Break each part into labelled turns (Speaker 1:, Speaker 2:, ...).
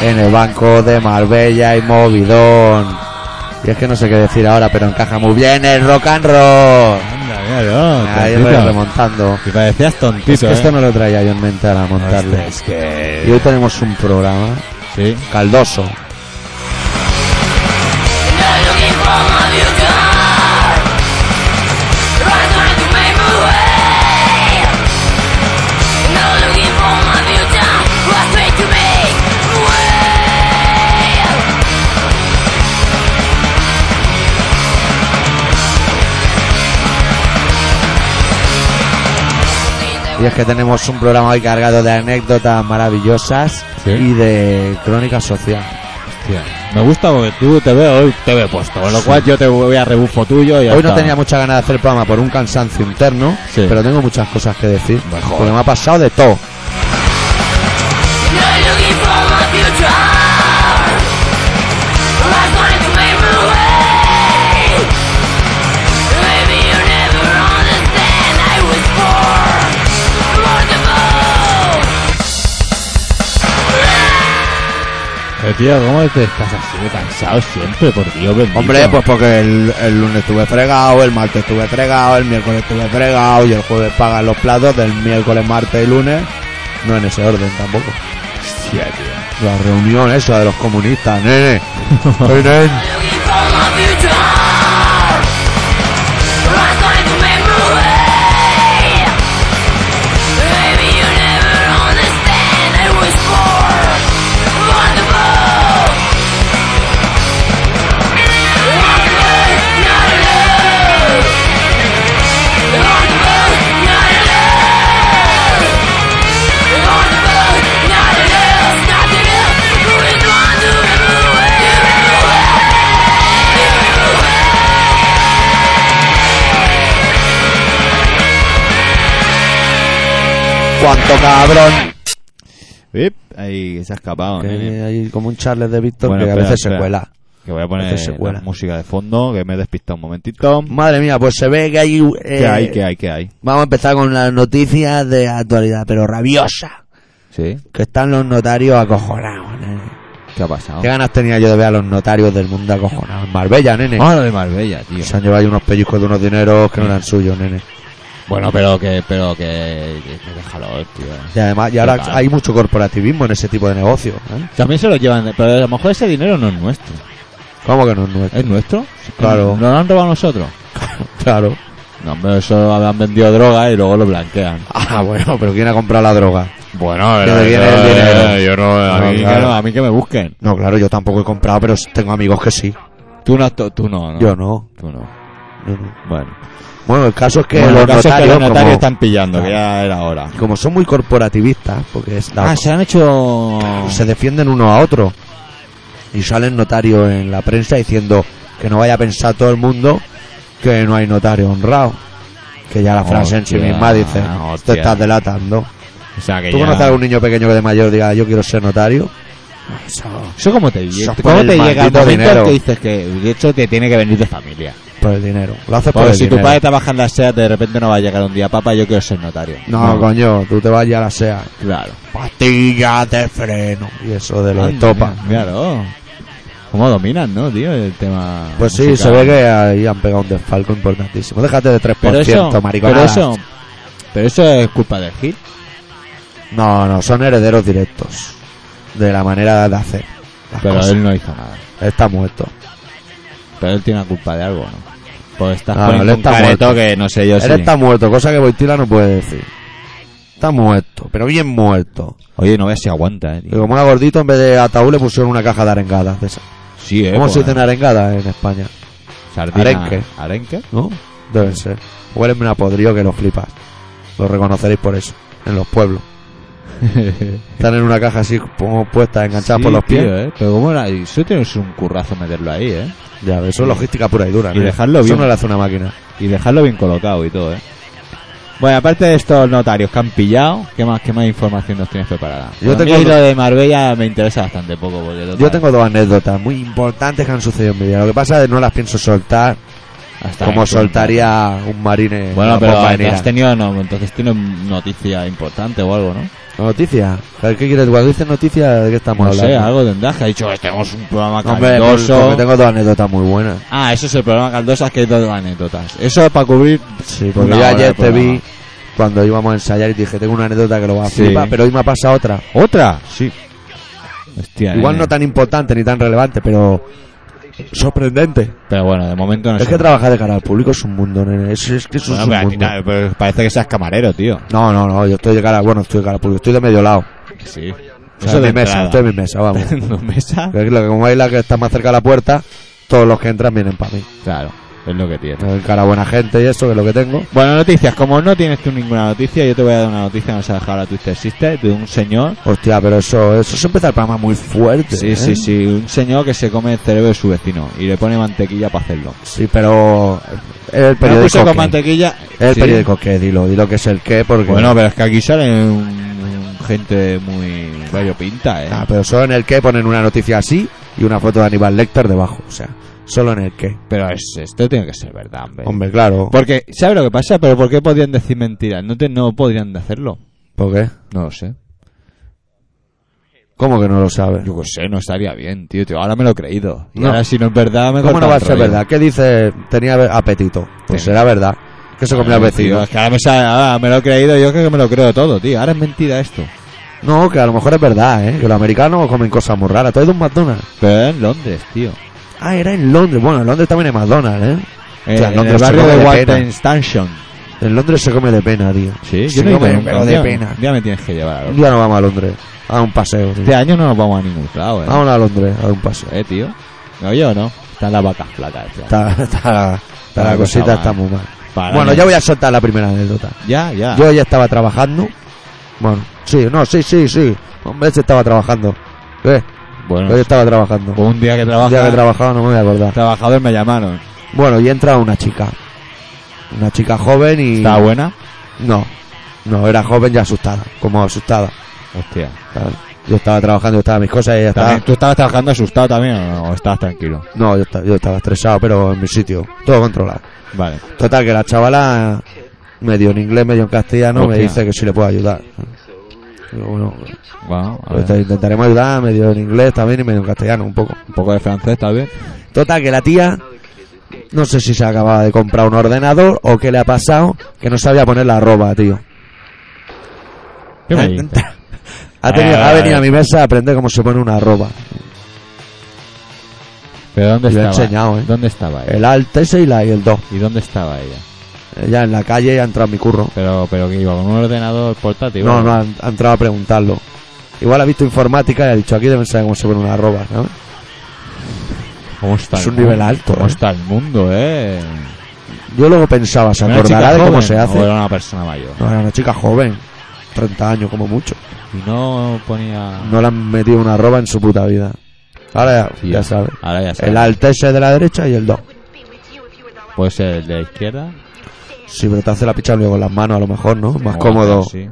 Speaker 1: en el banco de Marbella y Movidón. Y es que no sé qué decir ahora, pero encaja muy bien el rock and roll.
Speaker 2: Anda, míralo,
Speaker 1: Ahí
Speaker 2: tontito.
Speaker 1: voy remontando.
Speaker 2: Y parecías
Speaker 1: Es
Speaker 2: tontito,
Speaker 1: que esto
Speaker 2: ¿eh?
Speaker 1: no lo traía yo en mente ahora montarle.
Speaker 2: Es que...
Speaker 1: Y hoy tenemos un programa
Speaker 2: Sí.
Speaker 1: caldoso. Y es que tenemos un programa hoy cargado de anécdotas maravillosas
Speaker 2: Sí.
Speaker 1: y de crónica social.
Speaker 2: Hostia. Me gusta porque tú te veo hoy te veo puesto, con lo cual yo te voy a rebufo tuyo y ya
Speaker 1: Hoy no
Speaker 2: está.
Speaker 1: tenía muchas ganas de hacer el programa por un cansancio interno,
Speaker 2: Sí.
Speaker 1: pero tengo muchas cosas que decir.
Speaker 2: Pues joder.
Speaker 1: Porque me ha pasado de todo.
Speaker 2: Pero tío, ¿cómo te estás así de cansado siempre? Por Dios bendito.
Speaker 1: Hombre, pues porque el, el lunes estuve fregado, el martes estuve fregado, el miércoles estuve fregado y el jueves pagan los platos del miércoles, martes y lunes. No en ese orden tampoco.
Speaker 2: Hostia, tío.
Speaker 1: La reunión esa de los comunistas, nene. Soy nen. Cuánto cabrón.
Speaker 2: Vip, ahí se ha escapado, nene.
Speaker 1: Que hay como un charles de Víctor
Speaker 2: Bueno,
Speaker 1: que
Speaker 2: espera,
Speaker 1: a veces
Speaker 2: espera.
Speaker 1: se cuela.
Speaker 2: Que voy a
Speaker 1: Hace
Speaker 2: poner
Speaker 1: secuela.
Speaker 2: la música de fondo, que me he despistado un momentito.
Speaker 1: Madre mía, pues se ve que hay... eh,
Speaker 2: ¿Qué hay, qué hay, qué hay?
Speaker 1: Vamos a empezar con las noticias de actualidad, pero rabiosa.
Speaker 2: ¿Sí?
Speaker 1: Que están los notarios acojonados, nene.
Speaker 2: ¿Qué ha pasado?
Speaker 1: Qué ganas tenía yo de ver a los notarios del mundo acojonados. En Marbella, nene.
Speaker 2: Ah, lo de Marbella, tío.
Speaker 1: Se han llevado ahí unos pellizcos de unos dineros que no eran suyos, nene.
Speaker 2: Bueno, pero que, pero que, que- que déjalo, tío.
Speaker 1: Y además, y ahora hay mucho corporativismo en ese tipo de negocio. ¿eh?
Speaker 2: También se lo llevan, pero a lo mejor ese dinero no es nuestro.
Speaker 1: ¿Cómo que no es nuestro?
Speaker 2: ¿Es nuestro?
Speaker 1: Claro.
Speaker 2: ¿Nos lo han robado a nosotros?
Speaker 1: Claro.
Speaker 2: No, hombre, eso habrán vendido droga y luego lo blanquean.
Speaker 1: Ah, bueno, pero ¿quién ha comprado la droga?
Speaker 2: Bueno,
Speaker 1: Pero
Speaker 2: eh,
Speaker 1: viene
Speaker 2: eh,
Speaker 1: el dinero.
Speaker 2: yo no, a,
Speaker 1: No,
Speaker 2: mí,
Speaker 1: claro.
Speaker 2: que no, a mí que me busquen.
Speaker 1: No, claro, yo tampoco he comprado, pero tengo amigos que sí.
Speaker 2: Tú no, tú, tú no, no.
Speaker 1: Yo no.
Speaker 2: Tú no.
Speaker 1: yo no.
Speaker 2: Bueno.
Speaker 1: Bueno, el caso es que
Speaker 2: Bueno,
Speaker 1: los
Speaker 2: el caso es que
Speaker 1: notarios,
Speaker 2: los notarios
Speaker 1: como,
Speaker 2: están pillando, que
Speaker 1: Claro.
Speaker 2: ya era hora.
Speaker 1: como son muy corporativistas, porque es la-
Speaker 2: Ah, se han hecho...
Speaker 1: se defienden uno a otro. Y sale el notario en la prensa diciendo que no vaya a pensar todo el mundo que no hay notario honrado. Que ya la frase en sí
Speaker 2: Hostia,
Speaker 1: misma dice,
Speaker 2: hostia.
Speaker 1: te estás delatando.
Speaker 2: O sea, que
Speaker 1: ¿Tú
Speaker 2: ya...
Speaker 1: conoces a algún niño pequeño que de mayor diga, yo quiero ser notario?
Speaker 2: Eso como te,
Speaker 1: Eso
Speaker 2: ¿cómo
Speaker 1: por el
Speaker 2: te llega el
Speaker 1: maldito
Speaker 2: momento
Speaker 1: dinero.
Speaker 2: en que dices que de hecho te tiene que venir de familia.
Speaker 1: Por el dinero. Lo haces por
Speaker 2: Porque
Speaker 1: el
Speaker 2: Pues si tu
Speaker 1: dinero.
Speaker 2: padre trabaja en la SEAT de repente no va a llegar un día, papá, yo quiero ser notario.
Speaker 1: No, coño, tú te vas ya a la SEA.
Speaker 2: Claro.
Speaker 1: Pastillas de freno. Y eso de lo de
Speaker 2: Anda,
Speaker 1: topa.
Speaker 2: mira, Claro. ¿Cómo dominan, no, tío, el tema
Speaker 1: Pues sí,
Speaker 2: musical?
Speaker 1: se ve que ahí han pegado un desfalco importantísimo. Déjate de 3%,
Speaker 2: Pero eso, pero
Speaker 1: mariconada. Ah,
Speaker 2: eso, pero eso es culpa del Gil.
Speaker 1: No, no, son herederos directos de la manera de hacer las
Speaker 2: Pero
Speaker 1: cosas.
Speaker 2: él no hizo nada.
Speaker 1: Está muerto.
Speaker 2: Pero él tiene la culpa de algo, ¿no? Pues estás
Speaker 1: No,
Speaker 2: poniendo
Speaker 1: él
Speaker 2: un
Speaker 1: está
Speaker 2: careto
Speaker 1: muerto.
Speaker 2: que no sé yo
Speaker 1: él
Speaker 2: si...
Speaker 1: está muerto, cosa que Boitila no puede decir. Está muerto, pero bien muerto.
Speaker 2: Oye, no veas si aguanta, eh,
Speaker 1: Y
Speaker 2: tío.
Speaker 1: como era gordito, en vez de ataúd le pusieron una caja de arengadas. de esas.
Speaker 2: Sí, eh.
Speaker 1: ¿Cómo se
Speaker 2: pues,
Speaker 1: dicen arengadas en España?
Speaker 2: Sardina.
Speaker 1: arenque?
Speaker 2: ¿Arenque?
Speaker 1: ¿No? Deben ser. Huelen a podrido que los flipas. Lo reconoceréis por eso, en los pueblos. Están en una caja así, como puesta, enganchada
Speaker 2: Sí,
Speaker 1: por los pies.
Speaker 2: tío, ¿eh? Pero cómo era... Eso tienes un currazo meterlo ahí, ¿eh?
Speaker 1: Ya, ves, eso es logística pura y dura.
Speaker 2: Y
Speaker 1: ¿no?
Speaker 2: dejarlo
Speaker 1: Eso
Speaker 2: bien.
Speaker 1: no lo hace una máquina.
Speaker 2: Y dejarlo bien colocado y todo, ¿eh? Bueno, aparte de estos notarios que han pillado, ¿qué más, qué más información nos tienes preparada?
Speaker 1: Yo
Speaker 2: Yo
Speaker 1: tengo do-
Speaker 2: lo de Marbella me interesa bastante poco. Porque, total,
Speaker 1: Yo tengo dos anécdotas muy importantes que han sucedido en mi vida. Lo que pasa es que no las pienso soltar
Speaker 2: hasta
Speaker 1: como
Speaker 2: aquí.
Speaker 1: soltaría un marine.
Speaker 2: pues, Bueno,
Speaker 1: una
Speaker 2: pero
Speaker 1: bomba en
Speaker 2: has
Speaker 1: Irán.
Speaker 2: tenido, no, entonces tienes noticia importante o algo, ¿no?
Speaker 1: Noticia. ¿Sabes ¿Qué quieres? Cuando dices noticias, ¿de qué estamos
Speaker 2: No sé,
Speaker 1: hablando?
Speaker 2: algo tendrás que ha dicho que tenemos un programa
Speaker 1: Hombre, pues,
Speaker 2: caldoso.
Speaker 1: porque tengo dos anécdotas muy buenas.
Speaker 2: Ah, eso es el programa caldosas que hay dos anécdotas. Eso es para cubrir.
Speaker 1: Sí, porque
Speaker 2: una
Speaker 1: yo
Speaker 2: hora
Speaker 1: ayer
Speaker 2: de
Speaker 1: te vi
Speaker 2: programa.
Speaker 1: cuando íbamos a ensayar y te dije, tengo una anécdota que lo va a
Speaker 2: Sí.
Speaker 1: flipar, pero hoy me ha pasado otra.
Speaker 2: ¿Otra? Sí. Hostia.
Speaker 1: Igual
Speaker 2: eh.
Speaker 1: no tan importante ni tan relevante, pero sorprendente.
Speaker 2: Pero bueno, de momento no
Speaker 1: Es
Speaker 2: sé.
Speaker 1: que trabajar de cara al público es un mundo, nene. Es, es que eso
Speaker 2: Bueno,
Speaker 1: es
Speaker 2: pero a
Speaker 1: un
Speaker 2: ti
Speaker 1: mundo.
Speaker 2: nada, pero parece que seas camarero, tío.
Speaker 1: No, no, no, yo estoy de cara, bueno, estoy de cara al público, estoy de medio lado.
Speaker 2: Sí.
Speaker 1: O sea,
Speaker 2: de
Speaker 1: mi mesa,
Speaker 2: entrada.
Speaker 1: estoy en mi mesa, vamos.
Speaker 2: ¿En tu mesa?
Speaker 1: Que es lo que como es la que está más cerca de la puerta, todos los que entran vienen para mí.
Speaker 2: Claro, es lo que tiene.
Speaker 1: El cara a buena gente y eso, que es lo que tengo.
Speaker 2: Bueno, noticias. Como no tienes tú ninguna noticia, yo te voy a dar una noticia que nos ha dejado la Twitter Sister de un señor.
Speaker 1: Hostia, pero eso, eso es empezar el programa muy fuerte.
Speaker 2: Sí,
Speaker 1: ¿eh?
Speaker 2: sí, sí. Un señor que se come el cerebro de su vecino y le pone mantequilla para hacerlo.
Speaker 1: Sí, pero el
Speaker 2: Pero
Speaker 1: periódico.
Speaker 2: con
Speaker 1: que-
Speaker 2: mantequilla.
Speaker 1: el
Speaker 2: sí.
Speaker 1: periódico que dilo, dilo que es el qué, porque
Speaker 2: Bueno, pero es que aquí sale un- gente muy variopinta, ¿eh?
Speaker 1: Ah, pero solo en el que ponen una noticia así y una foto de Aníbal Lecter debajo, o sea, solo en el que.
Speaker 2: Pero es, esto tiene que ser verdad, hombre.
Speaker 1: Hombre, claro.
Speaker 2: Porque, ¿sabes lo que pasa? Pero ¿por qué podían decir mentiras? No, te, no podrían hacerlo.
Speaker 1: ¿Por qué?
Speaker 2: No lo sé.
Speaker 1: ¿Cómo que no lo sabes?
Speaker 2: Yo qué sé, no estaría bien, tío. tío. Ahora me lo he creído. Y
Speaker 1: No.
Speaker 2: ahora si no es verdad, me
Speaker 1: ¿Cómo
Speaker 2: corta
Speaker 1: no va a
Speaker 2: el
Speaker 1: ser
Speaker 2: rollo.
Speaker 1: verdad? ¿Qué dice? Tenía apetito. Pues
Speaker 2: Sí.
Speaker 1: será verdad. Que se comió el
Speaker 2: Ay, tío,
Speaker 1: vecino.
Speaker 2: es que ahora me, sale- ahora me lo he creído, yo creo que me lo creo todo, tío. Ahora es mentira esto.
Speaker 1: No, que a lo mejor es verdad, ¿eh? Que los americanos comen cosas muy raras. ¿Tú has ido a un McDonald's?
Speaker 2: Pero era en Londres, tío.
Speaker 1: Ah, era en Londres. Bueno, en Londres también hay McDonald's, ¿eh?
Speaker 2: Eh,
Speaker 1: sea,
Speaker 2: en el
Speaker 1: Londres se
Speaker 2: barrio
Speaker 1: come
Speaker 2: de
Speaker 1: de
Speaker 2: Walton
Speaker 1: pena.
Speaker 2: Station.
Speaker 1: En Londres se come de pena, tío.
Speaker 2: Sí,
Speaker 1: Se
Speaker 2: yo no he ido
Speaker 1: come,
Speaker 2: nunca.
Speaker 1: pero
Speaker 2: Un
Speaker 1: de
Speaker 2: día-
Speaker 1: pena.
Speaker 2: un día me tienes que llevar a Londres.
Speaker 1: Ya no vamos a Londres. A un paseo, tío.
Speaker 2: Este año no nos vamos a ningún lado, eh.
Speaker 1: Vamos a Londres, a un paseo.
Speaker 2: Eh, tío. ¿No yo o no? Están las vacas flacas. este año.
Speaker 1: Está, está- está la
Speaker 2: Está
Speaker 1: cosita
Speaker 2: mal.
Speaker 1: está muy mal.
Speaker 2: Para
Speaker 1: Bueno,
Speaker 2: mí.
Speaker 1: ya voy a soltar la primera anécdota.
Speaker 2: Ya, ya.
Speaker 1: Yo ya estaba trabajando. Bueno, sí, no, sí, sí, sí. Hombre, se estaba trabajando. Eh,
Speaker 2: Bueno,
Speaker 1: yo estaba trabajando.
Speaker 2: un día que trabaja,
Speaker 1: Ya que he trabajado no me voy a acordar.
Speaker 2: trabajador me llamaron.
Speaker 1: Bueno, y entra una chica. Una chica joven y...
Speaker 2: ¿Estaba buena?
Speaker 1: No, no, era joven y asustada. Como asustada.
Speaker 2: Hostia.
Speaker 1: Claro. Yo estaba trabajando, yo estaba en mis cosas y ella estaba...
Speaker 2: También- ¿Tú estabas trabajando asustado también o, no? ¿O estabas tranquilo?
Speaker 1: No, yo, esta- yo estaba estresado, pero en mi sitio. Todo controlado.
Speaker 2: Vale.
Speaker 1: Total, que la chavala, medio en inglés, medio en castellano, me
Speaker 2: Hostia.
Speaker 1: dice que si le puedo ayudar. Digo, bueno,
Speaker 2: Bueno, a
Speaker 1: pues
Speaker 2: ver.
Speaker 1: te intentaremos ayudar, medio en inglés también y medio en castellano, un poco.
Speaker 2: Un poco de francés, tal vez.
Speaker 1: Total, que la tía, no sé si se acababa de comprar un ordenador o qué le ha pasado, que no sabía poner la ropa, tío.
Speaker 2: ¿Qué me dices?
Speaker 1: Ha, tenido-
Speaker 2: Eh,
Speaker 1: ha venido a mi mesa a aprender cómo se pone una ropa.
Speaker 2: ¿Pero dónde
Speaker 1: Lo he
Speaker 2: estaba?
Speaker 1: enseñado, ¿eh?
Speaker 2: ¿Dónde estaba ella?
Speaker 1: El alt ese y, la, y el 2.
Speaker 2: ¿Y dónde estaba ella?
Speaker 1: Ya en la calle ha entrado a mi curro.
Speaker 2: Pero, pero que iba con un ordenador portátil.
Speaker 1: No,
Speaker 2: ¿o?
Speaker 1: no, ha, ha entrado a preguntarlo. Igual ha visto informática y ha dicho, aquí deben saber cómo se pone una ropa, ¿no?
Speaker 2: ¿Cómo está
Speaker 1: Es
Speaker 2: el
Speaker 1: un nivel
Speaker 2: mundo?
Speaker 1: alto,
Speaker 2: ¿Cómo
Speaker 1: ¿eh?
Speaker 2: está el mundo, eh?
Speaker 1: Yo luego pensaba, ¿se
Speaker 2: ¿Era una
Speaker 1: acordará
Speaker 2: chica
Speaker 1: de cómo
Speaker 2: joven
Speaker 1: se hace?
Speaker 2: o era una persona mayor.
Speaker 1: No, era una chica joven, 30 años como mucho.
Speaker 2: Y no ponía.
Speaker 1: No le han metido una roba en su puta vida. Ahora ya,
Speaker 2: Tío,
Speaker 1: ya sabes.
Speaker 2: Ahora ya
Speaker 1: El
Speaker 2: sabes.
Speaker 1: alt ese de la derecha y el 2.
Speaker 2: Puede ser el de la izquierda.
Speaker 1: Sí, pero te hace la picha luego con las manos a lo mejor, ¿no? Más
Speaker 2: O
Speaker 1: cómodo,
Speaker 2: así.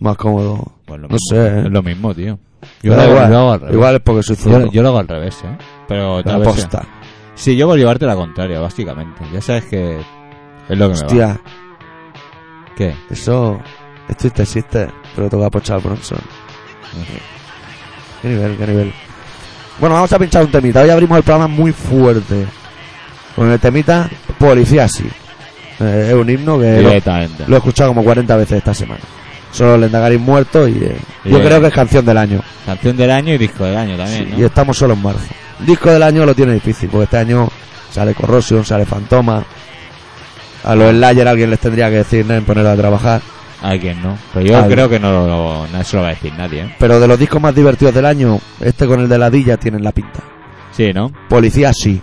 Speaker 1: más cómodo.
Speaker 2: Pues lo
Speaker 1: No
Speaker 2: mismo.
Speaker 1: sé, ¿eh?
Speaker 2: Es lo mismo, tío.
Speaker 1: Pero da
Speaker 2: lo,
Speaker 1: igual,
Speaker 2: yo lo hago al revés.
Speaker 1: igual es porque soy
Speaker 2: yo,
Speaker 1: zurdo.
Speaker 2: yo lo hago al revés, ¿eh? Pero
Speaker 1: la
Speaker 2: tal vez sea-
Speaker 1: posta.
Speaker 2: Sí, yo por llevarte la contraria, básicamente. Ya sabes que es lo que me va.
Speaker 1: Hostia,
Speaker 2: ¿Qué?
Speaker 1: eso... Esto existe, existe, pero toca pochar al Bronson.
Speaker 2: Eh,
Speaker 1: Qué nivel, qué nivel. Bueno, vamos a pinchar un temita. Hoy abrimos el programa muy fuerte. Con el temita Policía sí. Eh, es un himno que lo-
Speaker 2: Directamente.
Speaker 1: Lo he escuchado como 40 veces esta semana. Solo Lendagaris muerto y eh, yo
Speaker 2: Bien.
Speaker 1: creo que es canción del año.
Speaker 2: Canción del año y disco del año también,
Speaker 1: Sí,
Speaker 2: ¿no?
Speaker 1: Y estamos solo en marzo. Disco del año lo tiene difícil, porque este año sale Corrosion, sale Fantoma. A los Slayer alguien les tendría que decir, ¿no? En ponerlo a trabajar.
Speaker 2: Alguien, ¿no? Pero yo
Speaker 1: Alguien.
Speaker 2: creo que no, lo, lo- no se lo va a decir nadie, ¿eh?
Speaker 1: Pero de los discos más divertidos del año, este con el de Ladilla tienen la pinta.
Speaker 2: Sí, ¿no?
Speaker 1: Policía sí.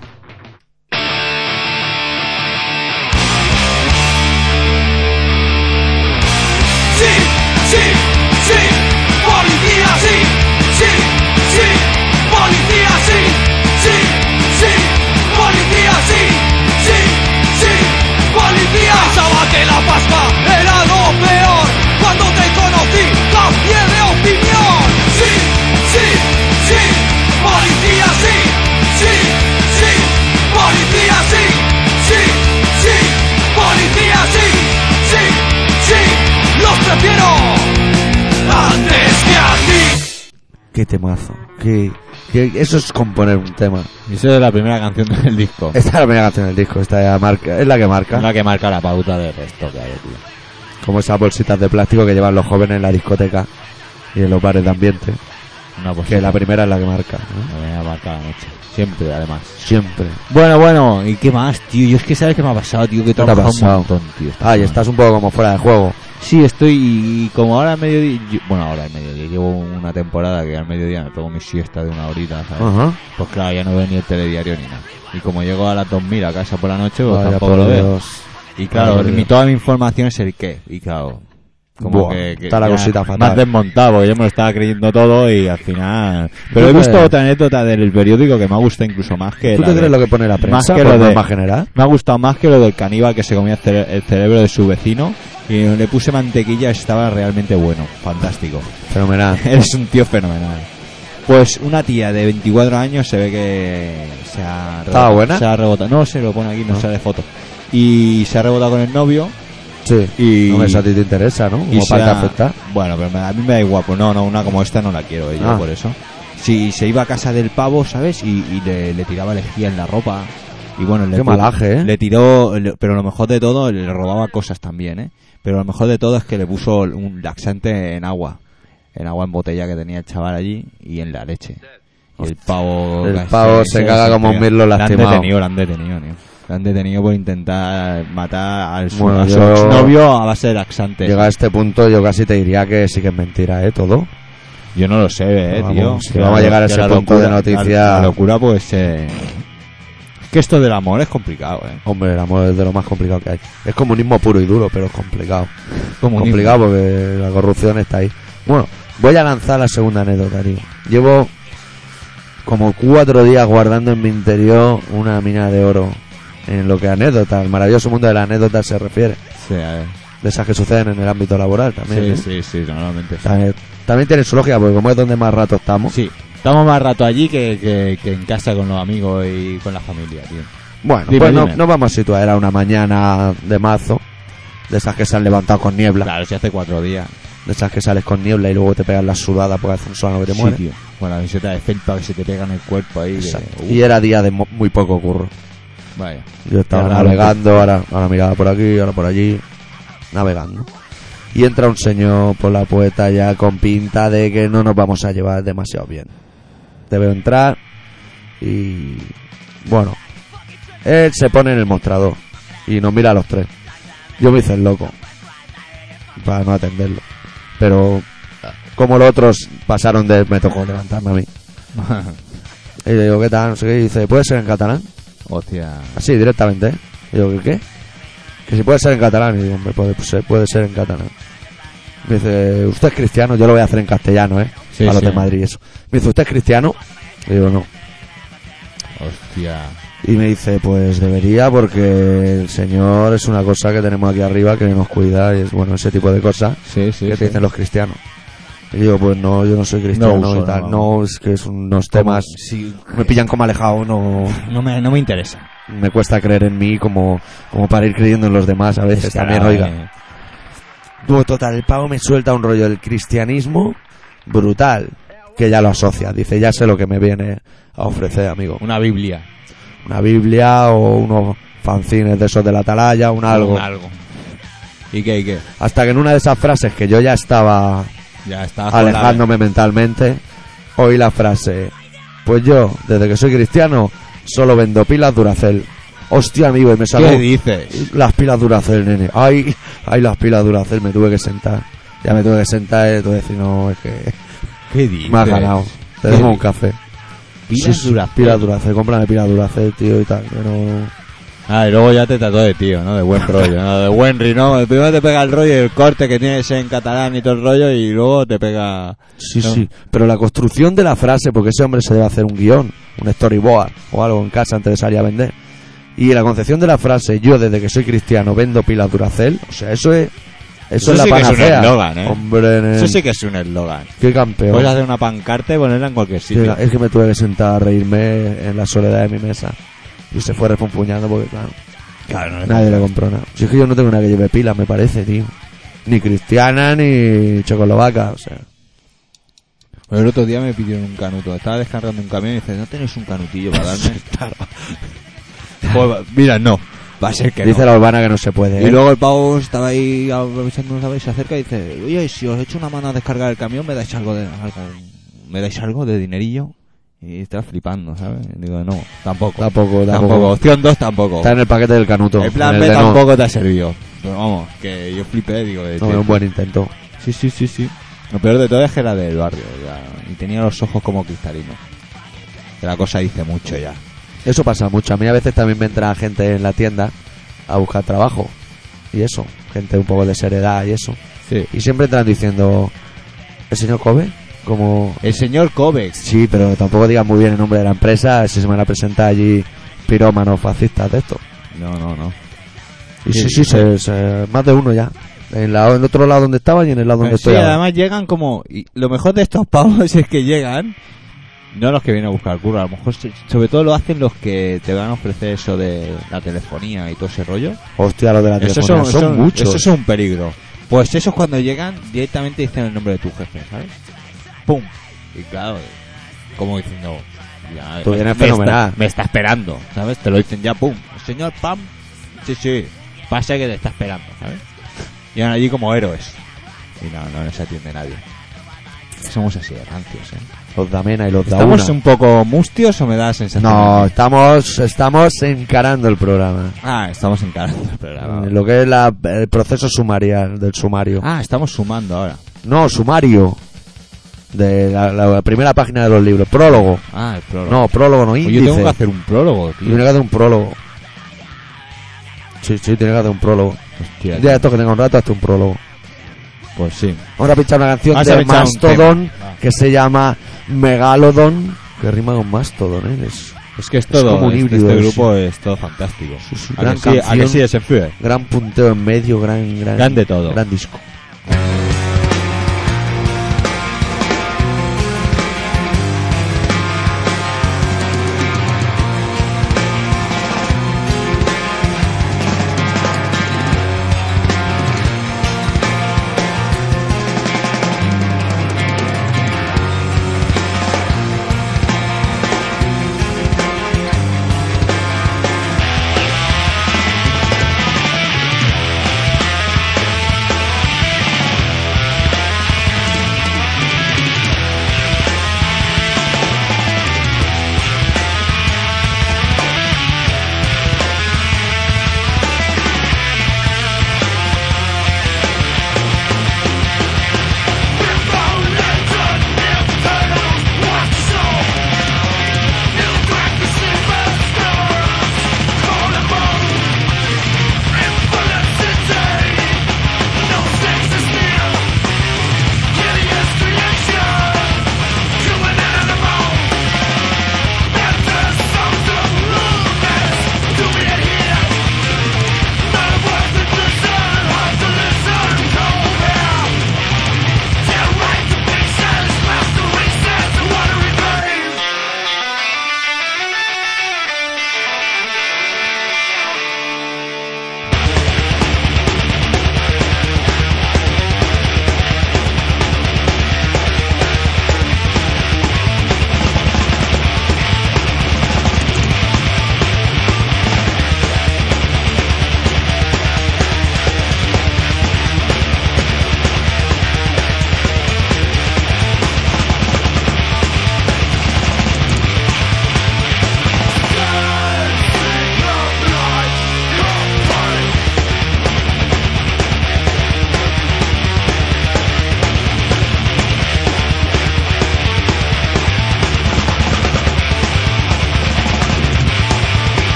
Speaker 3: Sí, sí, sí, policía, sí, sí, sí, policía, sí, sí, sí, policía, sí, sí, sí, policía. Pensaba que la pasta era lo peor cuando te conocí, cambié de opinión. Sí, sí, sí, policía, sí, sí, sí,
Speaker 1: Qué temazo. Qué, qué- eso es componer un tema.
Speaker 2: Y esa es la primera canción del disco.
Speaker 1: Esta es la primera canción del disco. Esta ya marca, es la que marca.
Speaker 2: Es la que marca la pauta del resto, claro, tío.
Speaker 1: Como esas bolsitas de plástico que llevan los jóvenes en la discoteca y en los bares de ambiente.
Speaker 2: Una posición
Speaker 1: Que la primera es la que marca. ¿no?
Speaker 2: La primera marca la noche. Siempre, además.
Speaker 1: Siempre.
Speaker 2: Bueno, bueno, ¿y qué más, tío? Yo es que sabes que me ha pasado, tío, que he
Speaker 1: te ha
Speaker 2: trabajado un
Speaker 1: pasado?
Speaker 2: montón, tío. esta
Speaker 1: Ah, y
Speaker 2: semana.
Speaker 1: estás un poco como fuera de juego.
Speaker 2: Sí, estoy y, y como ahora al mediodía, yo- bueno, ahora al mediodía, llevo una temporada que al mediodía me pego mi siesta de una horita, ¿sabes?
Speaker 1: Ajá.
Speaker 2: Pues claro, ya no veo ni el telediario ni nada. Y como llego a las 2000 a casa por la noche, pues
Speaker 1: Vaya,
Speaker 2: tampoco
Speaker 1: por
Speaker 2: lo veo.
Speaker 1: Dios.
Speaker 2: Y claro,
Speaker 1: Por
Speaker 2: mi,
Speaker 1: Dios.
Speaker 2: toda mi información es el qué. Y claro, como
Speaker 1: Buah,
Speaker 2: que, que
Speaker 1: está la
Speaker 2: ya
Speaker 1: cosita
Speaker 2: Me
Speaker 1: fatal.
Speaker 2: has desmontado, porque yo me lo estaba creyendo todo y al final... Pero
Speaker 1: ¿Tú
Speaker 2: he
Speaker 1: te-
Speaker 2: visto otra anécdota del periódico que me ha gustado incluso más que...
Speaker 1: ¿Tú
Speaker 2: la
Speaker 1: te
Speaker 2: de-
Speaker 1: crees lo que pone la
Speaker 2: más
Speaker 1: prensa? Pues
Speaker 2: que
Speaker 1: por
Speaker 2: lo de-
Speaker 1: norma general?
Speaker 2: Me ha gustado más que lo del caníbal que se comía el, cere- el cerebro de su vecino y le puse mantequilla estaba realmente bueno, fantástico.
Speaker 1: Fenomenal.
Speaker 2: Eres un tío fenomenal. Pues una tía de 24 años se ve que se ha
Speaker 1: ¿Estaba buena? Ah.
Speaker 2: Se ha rebotado. No, se lo pone aquí, no,
Speaker 1: No.
Speaker 2: sale foto. Y se ha rebotado con el novio
Speaker 1: Sí.
Speaker 2: y...
Speaker 1: No, eso a ti te interesa, ¿no?
Speaker 2: y
Speaker 1: Como
Speaker 2: se
Speaker 1: para
Speaker 2: ha-
Speaker 1: afectar.
Speaker 2: Bueno, pero me- a mí me da igual. Pues no, no, una como esta no la quiero eh, yo
Speaker 1: Ah.
Speaker 2: por eso. Si se iba a casa del pavo, ¿sabes? Y, y le, le tiraba lejía en la ropa. Y bueno, le
Speaker 1: Qué malaje, ¿eh?
Speaker 2: le tiró, le- pero lo mejor de todo, le robaba cosas también, ¿eh? Pero lo mejor de todo es que le puso un laxante en agua. En agua en botella que tenía el chaval allí y en la leche. Y el pavo...
Speaker 1: El
Speaker 2: casi-
Speaker 1: pavo se caga como un mirlo
Speaker 2: Le
Speaker 1: lastimado.
Speaker 2: han detenido, lo han detenido, tío. Lo han detenido por intentar matar al su,
Speaker 1: Bueno,
Speaker 2: a su
Speaker 1: yo-
Speaker 2: exnovio a base de laxantes.
Speaker 1: Llega a este punto, yo casi te diría que sí que es mentira, ¿eh? Todo.
Speaker 2: Yo no lo sé, eh,
Speaker 1: Vamos,
Speaker 2: tío.
Speaker 1: si
Speaker 2: Que
Speaker 1: vamos a
Speaker 2: la-
Speaker 1: llegar a
Speaker 2: que
Speaker 1: ese
Speaker 2: la
Speaker 1: punto de noticia-
Speaker 2: La, la locura, pues. eh, Es que esto del amor es complicado, eh.
Speaker 1: Hombre, el amor es de lo más complicado que hay. Es comunismo puro y duro, pero es complicado.
Speaker 2: Comunismo.
Speaker 1: Complicado porque la corrupción está ahí. Bueno, voy a lanzar la segunda anécdota, tío. Llevo como cuatro días guardando en mi interior una mina de oro en lo que a anécdota, el maravilloso mundo de la anécdota se refiere.
Speaker 2: Sí, a ver.
Speaker 1: De esas que suceden en el ámbito laboral también.
Speaker 2: Sí,
Speaker 1: ¿eh?
Speaker 2: sí, sí, normalmente. sí.
Speaker 1: También, también tiene su lógica, porque como es donde más rato estamos.
Speaker 2: Sí, estamos más rato allí que, que, que en casa con los amigos y con la familia, tío.
Speaker 1: Bueno,
Speaker 2: Dime,
Speaker 1: pues no-
Speaker 2: dime.
Speaker 1: No, vamos a situar. Era una mañana de mazo, de esas que se han levantado con niebla.
Speaker 2: Claro, si hace cuatro días.
Speaker 1: De esas que sales con niebla y luego te pegas la sudada porque hace un solano que te
Speaker 2: Sí,
Speaker 1: muere.
Speaker 2: tío. Con la camiseta de felpa que se te pega en el cuerpo ahí. que-
Speaker 1: Exacto.
Speaker 2: Uf,
Speaker 1: Y era día de mo- muy poco curro.
Speaker 2: Vaya.
Speaker 1: Yo estaba
Speaker 2: Qué raro,
Speaker 1: navegando, ahora, ahora miraba por aquí, ahora por allí, navegando. Y entra un señor por la puerta ya con pinta de que no nos vamos a llevar demasiado bien. Te veo entrar y... Bueno, él se pone en el mostrador y nos mira a los tres. Yo me hice el loco para no atenderlo. Pero como los otros pasaron de... Me tocó levantarme a mí. Y le digo, ¿qué tal? No sé qué. Y dice, ¿puede ser en catalán?
Speaker 2: Hostia.
Speaker 1: Así, directamente, ¿eh? Y Digo, ¿qué, ¿qué? Que si puede ser en catalán. Y digo, hombre, puede ser, puede ser en catalán. Me dice, ¿usted es cristiano? Yo lo voy a hacer en castellano, ¿eh?
Speaker 2: Sí,
Speaker 1: Para los
Speaker 2: sí.
Speaker 1: de Madrid, y eso. Me dice, ¿usted es cristiano? Y digo, no.
Speaker 2: Hostia.
Speaker 1: Y me dice, pues debería, porque el Señor es una cosa que tenemos aquí arriba que nos cuida y es, bueno, ese tipo de cosas
Speaker 2: Sí, sí.
Speaker 1: que
Speaker 2: sí.
Speaker 1: te dicen los cristianos. Y digo, pues no, yo no soy cristiano
Speaker 2: No uso,
Speaker 1: y tal.
Speaker 2: no.
Speaker 1: No, es que es unos temas.
Speaker 2: Sí,
Speaker 1: Me pillan como alejado, no.
Speaker 2: no, me, no me interesa.
Speaker 1: Me cuesta creer en mí como, como para ir creyendo en los demás a veces
Speaker 2: Es que
Speaker 1: también,
Speaker 2: ahora,
Speaker 1: oiga.
Speaker 2: eh,
Speaker 1: Bueno, total, el pavo me suelta un rollo del cristianismo brutal, que ya lo asocia. Dice, ya sé lo que me viene a ofrecer, amigo.
Speaker 2: Una Biblia.
Speaker 1: Una Biblia o unos fanzines de esos de la atalaya, un algo.
Speaker 2: Un algo. ¿Y qué? ¿Y qué?
Speaker 1: Hasta que en una de esas frases que yo ya estaba
Speaker 2: Ya está.
Speaker 1: alejándome mentalmente, oí la frase, pues yo, desde que soy cristiano, solo vendo pilas Duracel. Hostia, amigo, y me
Speaker 2: ¿Qué
Speaker 1: salió
Speaker 2: dices?
Speaker 1: las pilas Duracel, nene. Ay, ay, las pilas Duracel, me tuve que sentar. Ya me tuve que sentar, eh, tuve que decir, no, es que...
Speaker 2: ¿Qué dices?
Speaker 1: Me has ganado. Te
Speaker 2: ¿Qué?
Speaker 1: dejo un café.
Speaker 2: Pilas
Speaker 1: Sí, sí,
Speaker 2: Duracell.
Speaker 1: Pilas Duracell. Cómprame pilas Duracell, tío, y tal. que no-
Speaker 2: Ah, y luego ya te trató de tío, ¿no? De buen rollo, ¿no? De buen ri, ¿no? Primero te pega el rollo y el corte que tienes en catalán y todo el rollo y luego te pega...
Speaker 1: Sí,
Speaker 2: No.
Speaker 1: sí. Pero la construcción de la frase, porque ese hombre se debe hacer un guión, un storyboard o algo en casa antes de salir a vender. Y la concepción de la frase, yo desde que soy cristiano vendo pilas Duracell, o sea, eso es... Eso,
Speaker 2: Eso
Speaker 1: es la
Speaker 2: sí que es un
Speaker 1: panacea.
Speaker 2: eslogan, ¿eh?
Speaker 1: Hombre, nen,
Speaker 2: Eso sí que es un eslogan.
Speaker 1: qué campeón.
Speaker 2: Puedes hacer una pancarta y ponerla en cualquier
Speaker 1: Sí,
Speaker 2: sitio.
Speaker 1: es que me tuve que sentar a reírme en la soledad de mi mesa. Y se fue refunfuñando porque, claro,
Speaker 2: Claro, no le
Speaker 1: Nadie le compró nada. Si es que yo no tengo una que lleve pilas, me parece, tío. Ni cristiana, ni checoslovaca, o sea.
Speaker 2: Pero el otro día me pidieron un canuto. Estaba descargando un camión y dice, ¿no tenéis un canutillo para darme? Joder, mira, no. Va a ser que
Speaker 1: Dice
Speaker 2: no.
Speaker 1: la urbana que no se puede.
Speaker 2: Y
Speaker 1: ¿eh?
Speaker 2: luego el pavo estaba ahí aprovechando una y se acerca y dice, oye, si os echo una mano a descargar el camión, ¿me dais algo de algo, ¿me dais algo de dinerillo? Y estaba flipando, ¿sabes? Digo, no, tampoco.
Speaker 1: Tampoco,
Speaker 2: Tampoco.
Speaker 1: tampoco.
Speaker 2: Opción 2 tampoco.
Speaker 1: Está en el paquete del canuto.
Speaker 2: El plan
Speaker 1: en
Speaker 2: B
Speaker 1: de no.
Speaker 2: tampoco te ha servido. Pero vamos, que yo flipé, digo, de-
Speaker 1: No, es un buen intento.
Speaker 2: Sí, sí, sí, sí. Lo peor de todo es que era del barrio, ya. Y tenía los ojos como cristalinos. Que La cosa dice mucho ya.
Speaker 1: Eso pasa mucho. A mí a veces también me entra gente en la tienda a buscar trabajo. Y eso. Gente un poco de seriedad y eso.
Speaker 2: Sí.
Speaker 1: Y siempre entran diciendo... ¿El señor Kobe? Como...
Speaker 2: El señor Kobex.
Speaker 1: Sí, pero tampoco digan muy bien el nombre de la empresa si se me van a presentar allí pirómanos fascistas de esto.
Speaker 2: No, no, no.
Speaker 1: Y sí,
Speaker 2: Sí,
Speaker 1: sí,
Speaker 2: sí.
Speaker 1: se- se- más de uno ya. En, la, en el otro lado donde estaba y en el lado donde
Speaker 2: Eh, Sí,
Speaker 1: estoy ahora.
Speaker 2: además llegan como... y lo mejor de estos pavos es que llegan... No los que vienen a buscar curro, a lo mejor se- sobre todo lo hacen los que te van a ofrecer eso de la telefonía y todo ese rollo.
Speaker 1: Hostia, los de la
Speaker 2: Esos
Speaker 1: telefonía.
Speaker 2: son,
Speaker 1: Son,
Speaker 2: son-
Speaker 1: muchos.
Speaker 2: Esos son un peligro. Pues esos cuando llegan directamente dicen el nombre de tu jefe, ¿sabes? ¡Pum! Y claro, como diciendo... ya,
Speaker 1: Tú vienes
Speaker 2: me
Speaker 1: fenomenal.
Speaker 2: Está, me está esperando, ¿sabes? Te lo dicen ya, ¡pum! El señor Pam, sí, sí, pasa que te está esperando, ¿sabes? Llegan allí como héroes. Y no, no les atiende nadie. Somos así de rancios, ¿eh?
Speaker 1: Los da Mena y los da
Speaker 2: ¿Estamos
Speaker 1: Una.
Speaker 2: un poco mustios o me da la sensación?
Speaker 1: No,
Speaker 2: de que-
Speaker 1: estamos, estamos encarando el programa.
Speaker 2: Ah, estamos encarando el programa.
Speaker 1: Lo que es la- el proceso sumarial del sumario.
Speaker 2: Ah, estamos sumando ahora.
Speaker 1: No, sumario. De la, la- la primera página de los libros. Prólogo.
Speaker 2: Ah, el programa.
Speaker 1: No, prólogo no,
Speaker 2: Oye,
Speaker 1: índice.
Speaker 2: Pues yo tengo que hacer un prólogo, tío.
Speaker 1: Tiene que hacer un prólogo. Sí, sí, tiene que hacer un prólogo.
Speaker 2: Hostia,
Speaker 1: Ya esto que tenga un rato, hazte un prólogo.
Speaker 2: Pues sí.
Speaker 1: Vamos a pinchar una canción
Speaker 2: Vas a
Speaker 1: de
Speaker 2: pinchar un
Speaker 1: Mastodon
Speaker 2: tema. Ah.
Speaker 1: que se llama Megalodon, que rima con Mastodon, ¿eh? Es
Speaker 2: Es que es
Speaker 1: todo-
Speaker 2: todo.
Speaker 1: como un
Speaker 2: este,
Speaker 1: híbrido,
Speaker 2: este
Speaker 1: sí.
Speaker 2: grupo es todo fantástico.
Speaker 1: Sí, sí,
Speaker 2: ¿A,
Speaker 1: gran
Speaker 2: que sí, ¿A que
Speaker 1: canción.
Speaker 2: sí es en Führer?
Speaker 1: gran punteo en medio, gran, gran,
Speaker 2: Gran de todo.
Speaker 1: gran disco.
Speaker 4: Megalodon,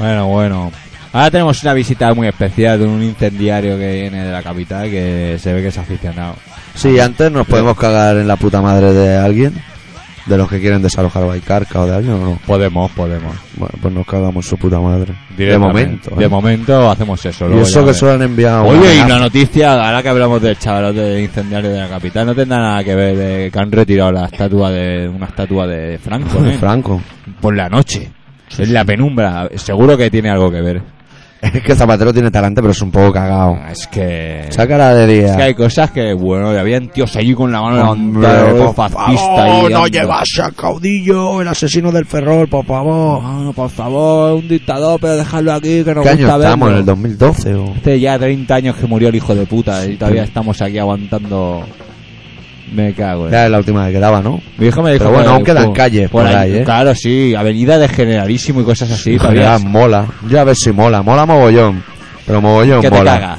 Speaker 2: Ahora tenemos una visita muy especial de un incendiario que viene de la capital que se ve que es aficionado.
Speaker 1: Sí, antes nos podemos cagar en la puta madre de alguien, de los que quieren desalojar Baicarca o de alguien o no.
Speaker 2: Podemos, podemos.
Speaker 1: Bueno, pues nos cagamos su puta madre. De
Speaker 2: Directamente.
Speaker 1: momento.
Speaker 2: De
Speaker 1: ¿eh?
Speaker 2: momento hacemos eso.
Speaker 1: Y
Speaker 2: luego ya
Speaker 1: eso que
Speaker 2: veremos.
Speaker 1: solo han enviado.
Speaker 2: Oye, y
Speaker 1: una-
Speaker 2: una noticia, ahora que hablamos del chavalote incendiario de la capital, no tendrá nada que ver de que han retirado la estatua de una estatua de Franco, ¿eh?
Speaker 1: Franco.
Speaker 2: por la noche, en la penumbra, seguro que tiene algo que ver.
Speaker 1: Es que Zapatero tiene talante, pero es un poco cagado.
Speaker 2: Es que
Speaker 1: Sácala de día.
Speaker 2: es que hay cosas que bueno, y habían tíos allí con la mano eh,
Speaker 1: Hombre,
Speaker 2: levantada,
Speaker 1: por
Speaker 2: fascista
Speaker 1: favor,
Speaker 2: y
Speaker 1: no
Speaker 2: anda.
Speaker 1: llevase al caudillo, el asesino del Ferrol, por favor.
Speaker 2: No, por favor, un dictador, pero dejarlo aquí que nos
Speaker 1: ¿Qué año
Speaker 2: gusta
Speaker 1: estamos? ¿En
Speaker 2: verlo. Pues.
Speaker 1: el 2012? o?
Speaker 2: Hace ya 30 años que murió el hijo de puta y todavía
Speaker 1: pero-
Speaker 2: estamos aquí aguantando. Me cago. en-
Speaker 1: Ya es la última que quedaba, ¿no?
Speaker 2: Mi viejo me dijo.
Speaker 1: Pero bueno,
Speaker 2: por-
Speaker 1: aún quedan
Speaker 2: por-
Speaker 1: calles por ahí, ¿eh?
Speaker 2: Claro, sí, avenida de Generalísimo y cosas así.
Speaker 1: En
Speaker 2: todavía
Speaker 1: general, mola. Yo a ver si mola. Mola mogollón. Pero mogollón
Speaker 2: que te
Speaker 1: mola.
Speaker 2: cagas.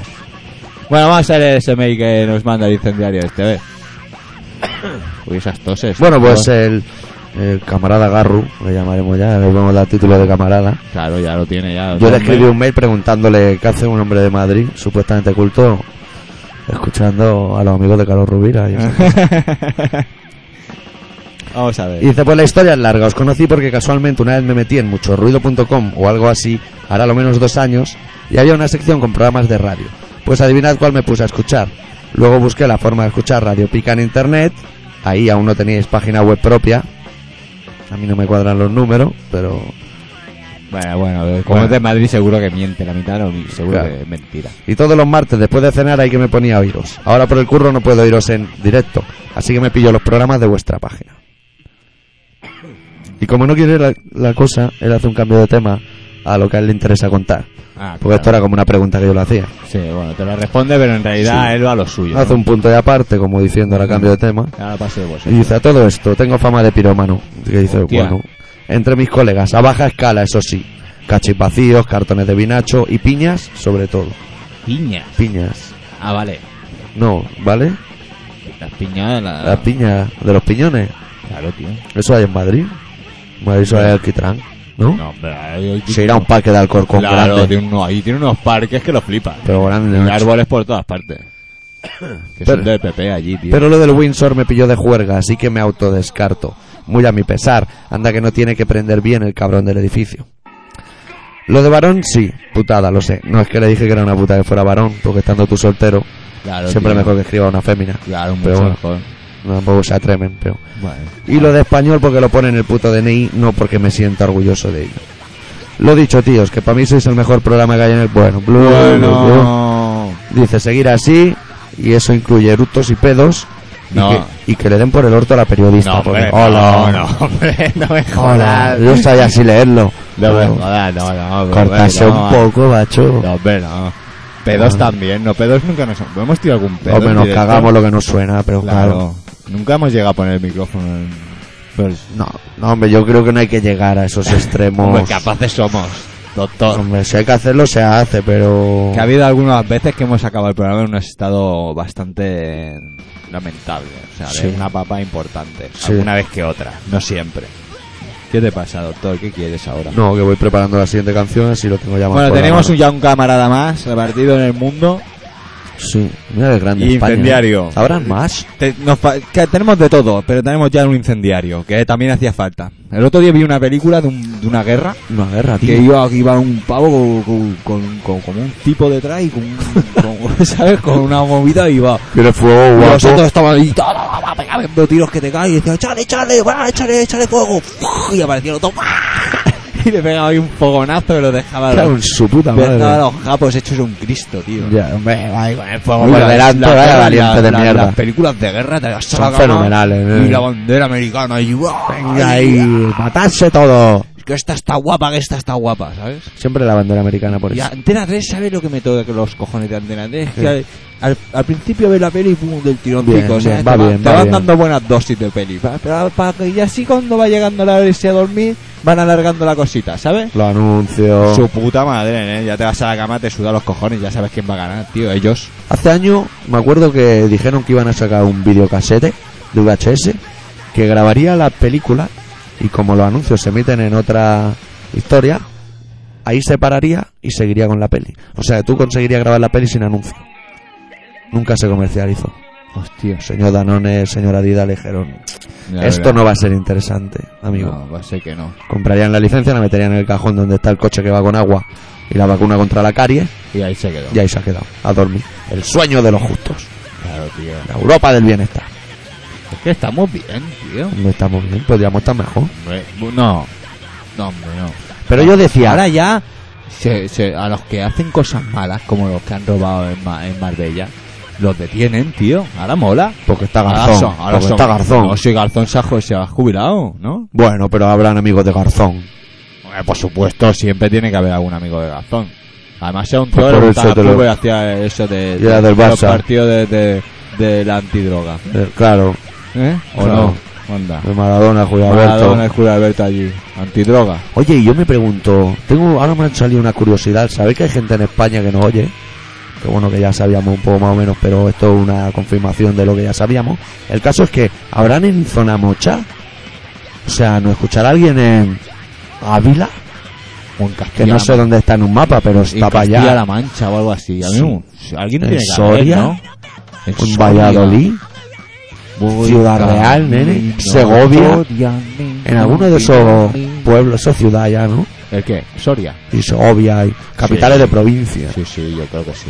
Speaker 2: Bueno, vamos a ver ese mail que nos manda el incendiario este, vez. Uy, esas toses.
Speaker 1: Bueno, pues
Speaker 2: Pero-
Speaker 1: el, el camarada Garru, le llamaremos ya, le vamos a dar título de camarada.
Speaker 2: Claro, ya lo tiene, ya.
Speaker 1: eh, Yo le
Speaker 2: Hombre.
Speaker 1: escribí un mail preguntándole qué hace un hombre de Madrid, supuestamente culto, escuchando a los amigos de Carlos Rubira. y eso.
Speaker 2: Vamos a ver.
Speaker 1: Y dice, pues la historia es larga, os conocí porque casualmente una vez me metí en muchoruido.com o algo así, hará lo menos dos años, y había una sección con programas de radio. Pues adivinad cuál me puse a escuchar. Luego busqué la forma de escuchar Radio Pica en internet, ahí aún no teníais página web propia, a mí no me cuadran los números, pero...
Speaker 2: Bueno, bueno, eh, como
Speaker 1: Bueno.
Speaker 2: es de Madrid, seguro que miente la mitad, no, seguro
Speaker 1: Claro.
Speaker 2: que es mentira.
Speaker 1: Y todos los martes después de cenar hay que me ponía a oíros. Ahora por el curro no puedo oíros en directo, así que me pillo los programas de vuestra página. Y como no quiere la, la cosa, él hace un cambio de tema a lo que a él le interesa contar.
Speaker 2: Ah,
Speaker 1: Porque esto era como una pregunta que yo le hacía.
Speaker 2: Sí, bueno, te lo responde, pero en realidad él va a lo suyo.
Speaker 1: Hace
Speaker 2: ¿no?
Speaker 1: un punto de aparte, como diciendo ahora cambio de tema.
Speaker 2: Ahora pase vos.
Speaker 1: Y dice, a todo esto, tengo fama de piromano. Y dice,
Speaker 2: Hostia.
Speaker 1: bueno, entre mis colegas, a baja escala, eso sí. Cachis vacíos, cartones de vinacho y piñas, sobre todo.
Speaker 2: Piñas.
Speaker 1: Piñas.
Speaker 2: Ah, vale.
Speaker 1: No, ¿vale?
Speaker 2: Las piñas, la...
Speaker 1: Las piñas de los piñones.
Speaker 2: Claro, tío.
Speaker 1: Eso hay en Madrid. En Madrid solo hay alquitrán, ¿no?
Speaker 2: No, pero ahí hay-
Speaker 1: Se irá a un parque de Alcorcón
Speaker 2: Claro,
Speaker 1: grande.
Speaker 2: tiene uno, ahí tiene unos parques que lo flipas.
Speaker 1: Pero grande.
Speaker 2: Y
Speaker 1: ¿no?
Speaker 2: árboles por todas partes. Que
Speaker 1: Pero-
Speaker 2: son del PP allí, tío.
Speaker 1: Pero lo del Windsor me pilló de juerga, así que me autodescarto. Muy a mi pesar. Anda que no tiene que prender bien el cabrón del edificio. Lo de varón, sí. Putada, lo sé. No es que le dije que era una puta que fuera varón, porque estando tú soltero,
Speaker 2: Claro,
Speaker 1: siempre
Speaker 2: tío.
Speaker 1: mejor que escriba una fémina.
Speaker 2: Claro, mucho
Speaker 1: Pero bueno.
Speaker 2: mejor.
Speaker 1: No, tampoco se atreven, pero...
Speaker 2: Bueno.
Speaker 1: Y lo de español porque lo pone en el puto DNI, no porque me siento orgulloso de ello. Lo dicho, tíos, que para mí sois el mejor programa que hay en el... Bueno, blu, blu,
Speaker 2: Bueno.
Speaker 1: blu. dice seguir así, y eso incluye eructos y pedos, y,
Speaker 2: No.
Speaker 1: que, y que le den por el orto a la periodista.
Speaker 2: No,
Speaker 1: porque-
Speaker 2: hombre,
Speaker 1: hola,
Speaker 2: no, no, hombre, no me
Speaker 1: hola,
Speaker 2: jodas.
Speaker 1: yo sabía así leerlo.
Speaker 2: No me
Speaker 1: Bueno,
Speaker 2: jodas, no, no. hombre,
Speaker 1: cortarse
Speaker 2: no.
Speaker 1: un poco, macho.
Speaker 2: No, hombre, no. Pedos
Speaker 1: Bueno.
Speaker 2: también, no, pedos nunca nos... Hemos tirado algún pedo
Speaker 1: Hombre,
Speaker 2: en
Speaker 1: nos
Speaker 2: directo?
Speaker 1: cagamos lo que nos suena, pero claro. Pues
Speaker 2: Claro. Nunca hemos llegado a poner el micrófono en... Pero...
Speaker 1: No, no, hombre, yo creo que no hay que llegar a esos
Speaker 2: Hombre,
Speaker 1: extremos.
Speaker 2: capaces somos, doctor.
Speaker 1: Hombre, si hay que hacerlo, se hace, pero...
Speaker 2: Que ha habido algunas veces que hemos acabado el programa en un estado bastante lamentable. O sea,
Speaker 1: Sí.
Speaker 2: de una papa importante.
Speaker 1: Sí.
Speaker 2: Alguna vez que otra, no siempre. ¿Qué te pasa, doctor? ¿Qué quieres ahora?
Speaker 1: No, que voy preparando la siguiente canción, así lo tengo ya más
Speaker 2: Bueno,
Speaker 1: por la
Speaker 2: tenemos
Speaker 1: mano.
Speaker 2: un- ya un camarada más repartido en el mundo.
Speaker 1: Sí, mira el grande
Speaker 2: Y
Speaker 1: España.
Speaker 2: incendiario.
Speaker 1: ¿Habrán más?
Speaker 2: Te- nos fa- que tenemos de todo, pero tenemos ya un incendiario, que también hacía falta. El otro día vi una película de, un- de una guerra.
Speaker 1: Una guerra, tío.
Speaker 2: Que iba, que iba un pavo con, con, con- con- con un tipo detrás y con, un- con- ¿sabes? con una movida y iba...
Speaker 1: Quiere fuego,
Speaker 2: Y
Speaker 1: guapo.
Speaker 2: nosotros estábamos ahí, ta, ta, ta, ta, pegaba en dos tiros que te caen y decía, échale, échale, va, échale, échale fuego. Y aparecía el otro, ¡buah! y le pegaba ahí un fogonazo que lo dejaba,
Speaker 1: Claro,
Speaker 2: lo
Speaker 1: en su puta madre.
Speaker 2: dejaba a los japos hechos un Cristo, tío.
Speaker 1: Ya, hombre, va,
Speaker 2: con el fuego
Speaker 1: Uy,
Speaker 2: por
Speaker 1: la-
Speaker 2: delante,
Speaker 1: la-
Speaker 2: vaya
Speaker 1: la-
Speaker 2: valiente de
Speaker 1: la-
Speaker 2: mierda.
Speaker 1: las
Speaker 2: películas de guerra te las
Speaker 1: Son fenomenales, eh.
Speaker 2: Y la bandera americana y ¡buah!
Speaker 1: venga ahí, matarse todo.
Speaker 2: Es que esta está guapa, que esta está guapa, ¿sabes?
Speaker 1: Siempre la bandera americana por
Speaker 2: Y
Speaker 1: eso.
Speaker 2: Antena 3, ¿sabes lo que me toca los cojones de Antena 3?
Speaker 1: Sí.
Speaker 2: Que al, al- al principio ves la peli y pum, del tirón
Speaker 1: Bien,
Speaker 2: pico, ¿sabes?
Speaker 1: bien,
Speaker 2: te
Speaker 1: va
Speaker 2: va-
Speaker 1: bien,
Speaker 2: te
Speaker 1: va
Speaker 2: van
Speaker 1: bien.
Speaker 2: dando buenas dosis de peli. pa- pa- pa- y así cuando va llegando la hora y se a dormir, van alargando la cosita, ¿sabes?
Speaker 1: Lo anuncio.
Speaker 2: Su puta madre, ¿eh? Ya te vas a la cama, te suda los cojones, ya sabes quién va a ganar, tío, ellos.
Speaker 1: Hace años me acuerdo que dijeron que iban a sacar un videocasete de VHS que grabaría la película y como los anuncios se emiten en otra historia, Ahí se pararía y seguiría con la peli. O sea, tú conseguirías grabar la peli sin anuncio. Nunca se comercializó.
Speaker 2: Hostia.
Speaker 1: Señor Danone, señora Dida le dijeron,
Speaker 2: la
Speaker 1: esto
Speaker 2: verdad.
Speaker 1: no va a ser interesante, amigo.
Speaker 2: No, va a ser que no.
Speaker 1: Comprarían la licencia, la meterían en el cajón donde está el coche que va con agua y la vacuna contra la carie
Speaker 2: Y ahí se quedó.
Speaker 1: y ahí se ha quedado, a dormir. El sueño de los justos,
Speaker 2: Claro, tío.
Speaker 1: la Europa del bienestar.
Speaker 2: Es que estamos bien, tío.
Speaker 1: No estamos bien, podríamos estar mejor.
Speaker 2: Hombre, bu- No. No, hombre, no.
Speaker 1: Pero yo decía,
Speaker 2: Ahora ya, se- se- a los que hacen cosas malas, como los que han robado en, Ma- en Marbella, los detienen, tío. Ahora mola.
Speaker 1: porque está
Speaker 2: Ahora
Speaker 1: Garzón,
Speaker 2: son- ahora
Speaker 1: porque
Speaker 2: son-
Speaker 1: está Garzón.
Speaker 2: No, si pues Garzón se ha, ju- se ha jubilado, ¿no?
Speaker 1: Bueno, pero habrán amigos de Garzón.
Speaker 2: Hombre, por supuesto, siempre tiene que haber algún amigo de Garzón. Además, sea un tío
Speaker 1: Pues
Speaker 2: que
Speaker 1: por
Speaker 2: le
Speaker 1: eso
Speaker 2: gustaba
Speaker 1: te
Speaker 2: el
Speaker 1: lo-
Speaker 2: fútbol y hacía eso de,
Speaker 1: Y era del
Speaker 2: de los
Speaker 1: Barça.
Speaker 2: partidos de, de, de la antidroga.
Speaker 1: Eh, claro,
Speaker 2: ¿Eh? ¿O
Speaker 1: Claro.
Speaker 2: no? Anda.
Speaker 1: de Maradona, Julio
Speaker 2: Maradona y
Speaker 1: Alberto.
Speaker 2: Julio Alberto allí. Antidroga.
Speaker 1: Oye, y yo me pregunto, tengo ahora me han salido una curiosidad. ¿Sabéis que hay gente en España que nos oye? Que bueno, que ya sabíamos un poco más o menos, pero esto es una confirmación de lo que ya sabíamos. El caso es que habrán en Zona Mocha. O sea, ¿no escuchará alguien en Ávila?
Speaker 2: O en
Speaker 1: Que no sé dónde está en un mapa, pero está para allá.
Speaker 2: la Mancha o algo así. A mí
Speaker 1: Sí.
Speaker 2: me- Alguien
Speaker 1: ¿En
Speaker 2: tiene que
Speaker 1: Soria?
Speaker 2: haber, ¿no? En
Speaker 1: En
Speaker 2: Soria.
Speaker 1: Valladolid,
Speaker 2: Voy
Speaker 1: Ciudad
Speaker 2: camino,
Speaker 1: Real, nene. Segovia.
Speaker 2: Soria,
Speaker 1: en alguno de esos
Speaker 2: mi-
Speaker 1: pueblos, esas ciudades ya, ¿no?
Speaker 2: ¿El qué? Soria.
Speaker 1: Y Segovia, y capitales
Speaker 2: Sí.
Speaker 1: de provincia.
Speaker 2: Sí, sí, yo creo que sí.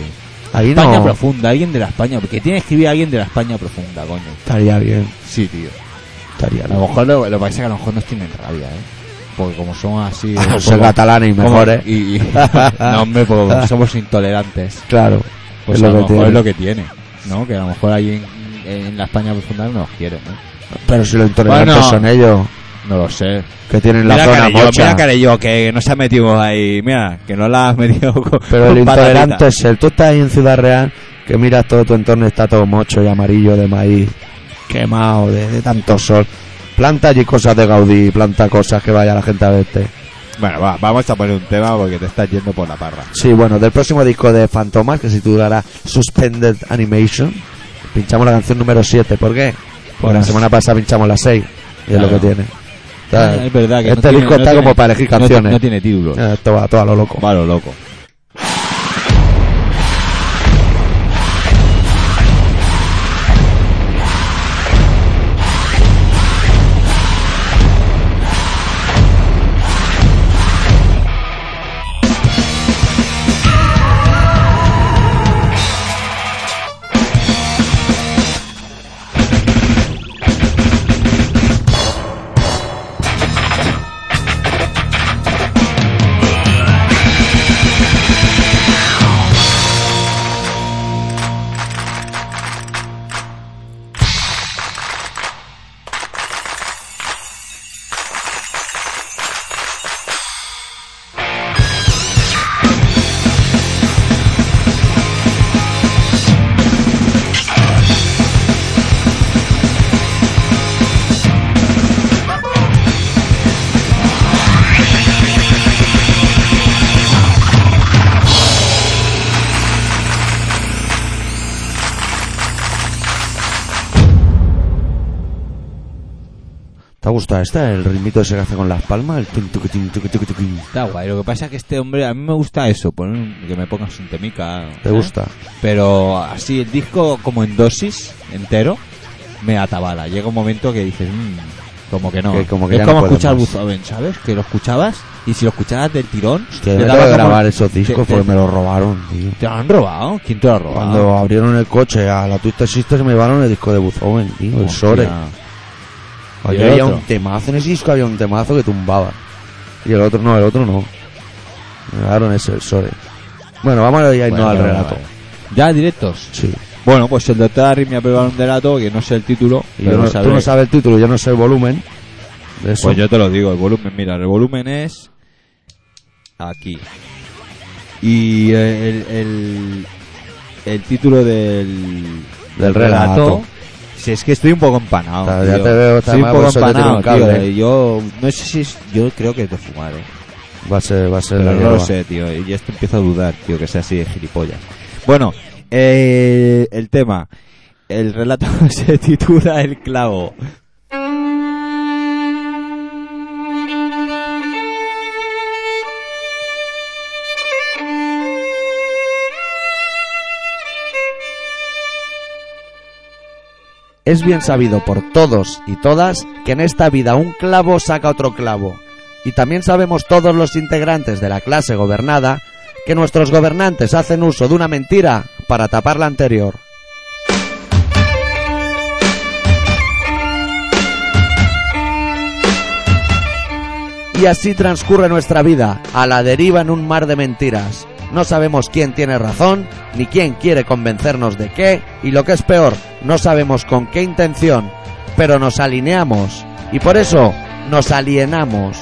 Speaker 1: Ahí
Speaker 2: España
Speaker 1: no
Speaker 2: profunda, alguien de la España. Porque tiene que escribir a alguien de la España profunda, coño.
Speaker 1: estaría bien,
Speaker 2: Sí, tío.
Speaker 1: estaría
Speaker 2: A lo
Speaker 1: bien.
Speaker 2: mejor lo, lo que pasa es que a lo mejor nos tienen rabia, ¿eh? Porque como son así.
Speaker 1: A no
Speaker 2: como-
Speaker 1: Ah, ser catalanes y ¿eh?
Speaker 2: como-
Speaker 1: mejores,
Speaker 2: y- y- no, hombre, porque somos intolerantes.
Speaker 1: claro.
Speaker 2: Pues
Speaker 1: es
Speaker 2: a
Speaker 1: lo
Speaker 2: lo
Speaker 1: que
Speaker 2: mejor
Speaker 1: tiene.
Speaker 2: es lo que tiene, ¿no? Que a lo mejor ahí en, en la España profunda no nos quieren, ¿no?
Speaker 1: Pero si lo intolerantes
Speaker 2: Bueno.
Speaker 1: son ellos,
Speaker 2: No lo sé.
Speaker 1: que tienen la zona
Speaker 2: Carello,
Speaker 1: mocha.
Speaker 2: mira Carello, que no se ha metido ahí. Mira, que no la has metido con
Speaker 1: pero
Speaker 2: con
Speaker 1: el intolerante
Speaker 2: patadita.
Speaker 1: es el. Tú estás ahí en Ciudad Real, que miras todo tu entorno y está todo mocho y amarillo de maíz, quemado de, de tanto sol. Planta allí cosas de Gaudí, planta cosas que vaya la gente a verte.
Speaker 2: Bueno, va, vamos a poner un tema porque te estás yendo por la parra.
Speaker 1: Sí, bueno, del próximo disco de Fantomas, que se titulará Suspended Animation, pinchamos la canción número 7. ¿Por qué? Porque la
Speaker 2: Pues-
Speaker 1: semana pasada pinchamos la 6, y es lo
Speaker 2: Claro.
Speaker 1: que tiene. O sea,
Speaker 2: Ah, es verdad que
Speaker 1: este
Speaker 2: no tiene-
Speaker 1: disco
Speaker 2: no
Speaker 1: está
Speaker 2: tiene-
Speaker 1: como para elegir
Speaker 2: no ti-
Speaker 1: canciones.
Speaker 2: No, tiene título.
Speaker 1: Eh, Esto va todo a lo loco.
Speaker 2: Va lo loco.
Speaker 1: ¿Te ha gustado esta? El ritmito ese que hace con las palmas, el tum, tucu, tum, tucu, tucu, tucu.
Speaker 2: Está guay. Lo que pasa es que este hombre, a mí me gusta eso, poner un- que me pongas un temica.
Speaker 1: ¿Te
Speaker 2: ¿eh?
Speaker 1: gusta?
Speaker 2: Pero así, el disco como en dosis, entero, me atabala. Llega un momento que dices, "Mm, como que no.
Speaker 1: Que como que
Speaker 2: es
Speaker 1: ya no
Speaker 2: como
Speaker 1: puedo
Speaker 2: escuchar
Speaker 1: más.
Speaker 2: Buzoven, ¿sabes? Que lo escuchabas y si lo escuchabas del tirón,
Speaker 1: Hostia, yo me
Speaker 2: te daba
Speaker 1: tengo que
Speaker 2: como-
Speaker 1: grabar esos
Speaker 2: te-
Speaker 1: discos
Speaker 2: te-
Speaker 1: porque me los robaron, tío.
Speaker 2: ¿Te lo han robado? ¿Quién te lo ha robado?
Speaker 1: Cuando abrieron el coche a la Twister Sisters me llevaron el disco de Buzoven, tío, el
Speaker 2: Hostia.
Speaker 1: Sore. eh,
Speaker 2: ¿Y
Speaker 1: Oye,
Speaker 2: el
Speaker 1: había
Speaker 2: otro?
Speaker 1: un temazo en ese disco, había un temazo que tumbaba. Y el otro no, el otro no. Me llevaron ese, el Sore. Bueno, vamos a irnos
Speaker 2: Bueno,
Speaker 1: al
Speaker 2: bueno,
Speaker 1: relato.
Speaker 2: vale. Ya directos.
Speaker 1: Sí.
Speaker 2: Bueno, pues el doctor Harry me ha pegado un delato que no sé el título.
Speaker 1: Y
Speaker 2: pero
Speaker 1: yo no-
Speaker 2: sabré.
Speaker 1: tú no sabes el título, yo no sé el volumen. De eso.
Speaker 2: Pues yo te lo digo, el volumen, mira, el volumen es aquí. Y el, el, el título del,
Speaker 1: Del relato.
Speaker 2: Si es que estoy un poco empanado.
Speaker 1: Claro, ya
Speaker 2: tío.
Speaker 1: te veo, está
Speaker 2: estoy un
Speaker 1: mal,
Speaker 2: poco
Speaker 1: por eso te
Speaker 2: empanado.
Speaker 1: tiro un
Speaker 2: tío,
Speaker 1: cable.
Speaker 2: y Yo no sé si es, yo creo que es de fumar, eh.
Speaker 1: Va a ser, va a ser
Speaker 2: Pero
Speaker 1: la
Speaker 2: no lo
Speaker 1: hierba.
Speaker 2: sé, tío. Y esto empiezo a dudar, tío, que sea así de gilipollas. Bueno, eh, el tema. El relato se titula El clavo.
Speaker 1: Es bien sabido por todos y todas que en esta vida un clavo saca otro clavo. Y también sabemos todos los integrantes de la clase gobernada que nuestros gobernantes hacen uso de una mentira para tapar la anterior. Y así transcurre nuestra vida, a la deriva en un mar de mentiras. No sabemos quién tiene razón, ni quién quiere convencernos de qué, y lo que es peor, no sabemos con qué intención, pero nos alineamos, y por eso nos alienamos.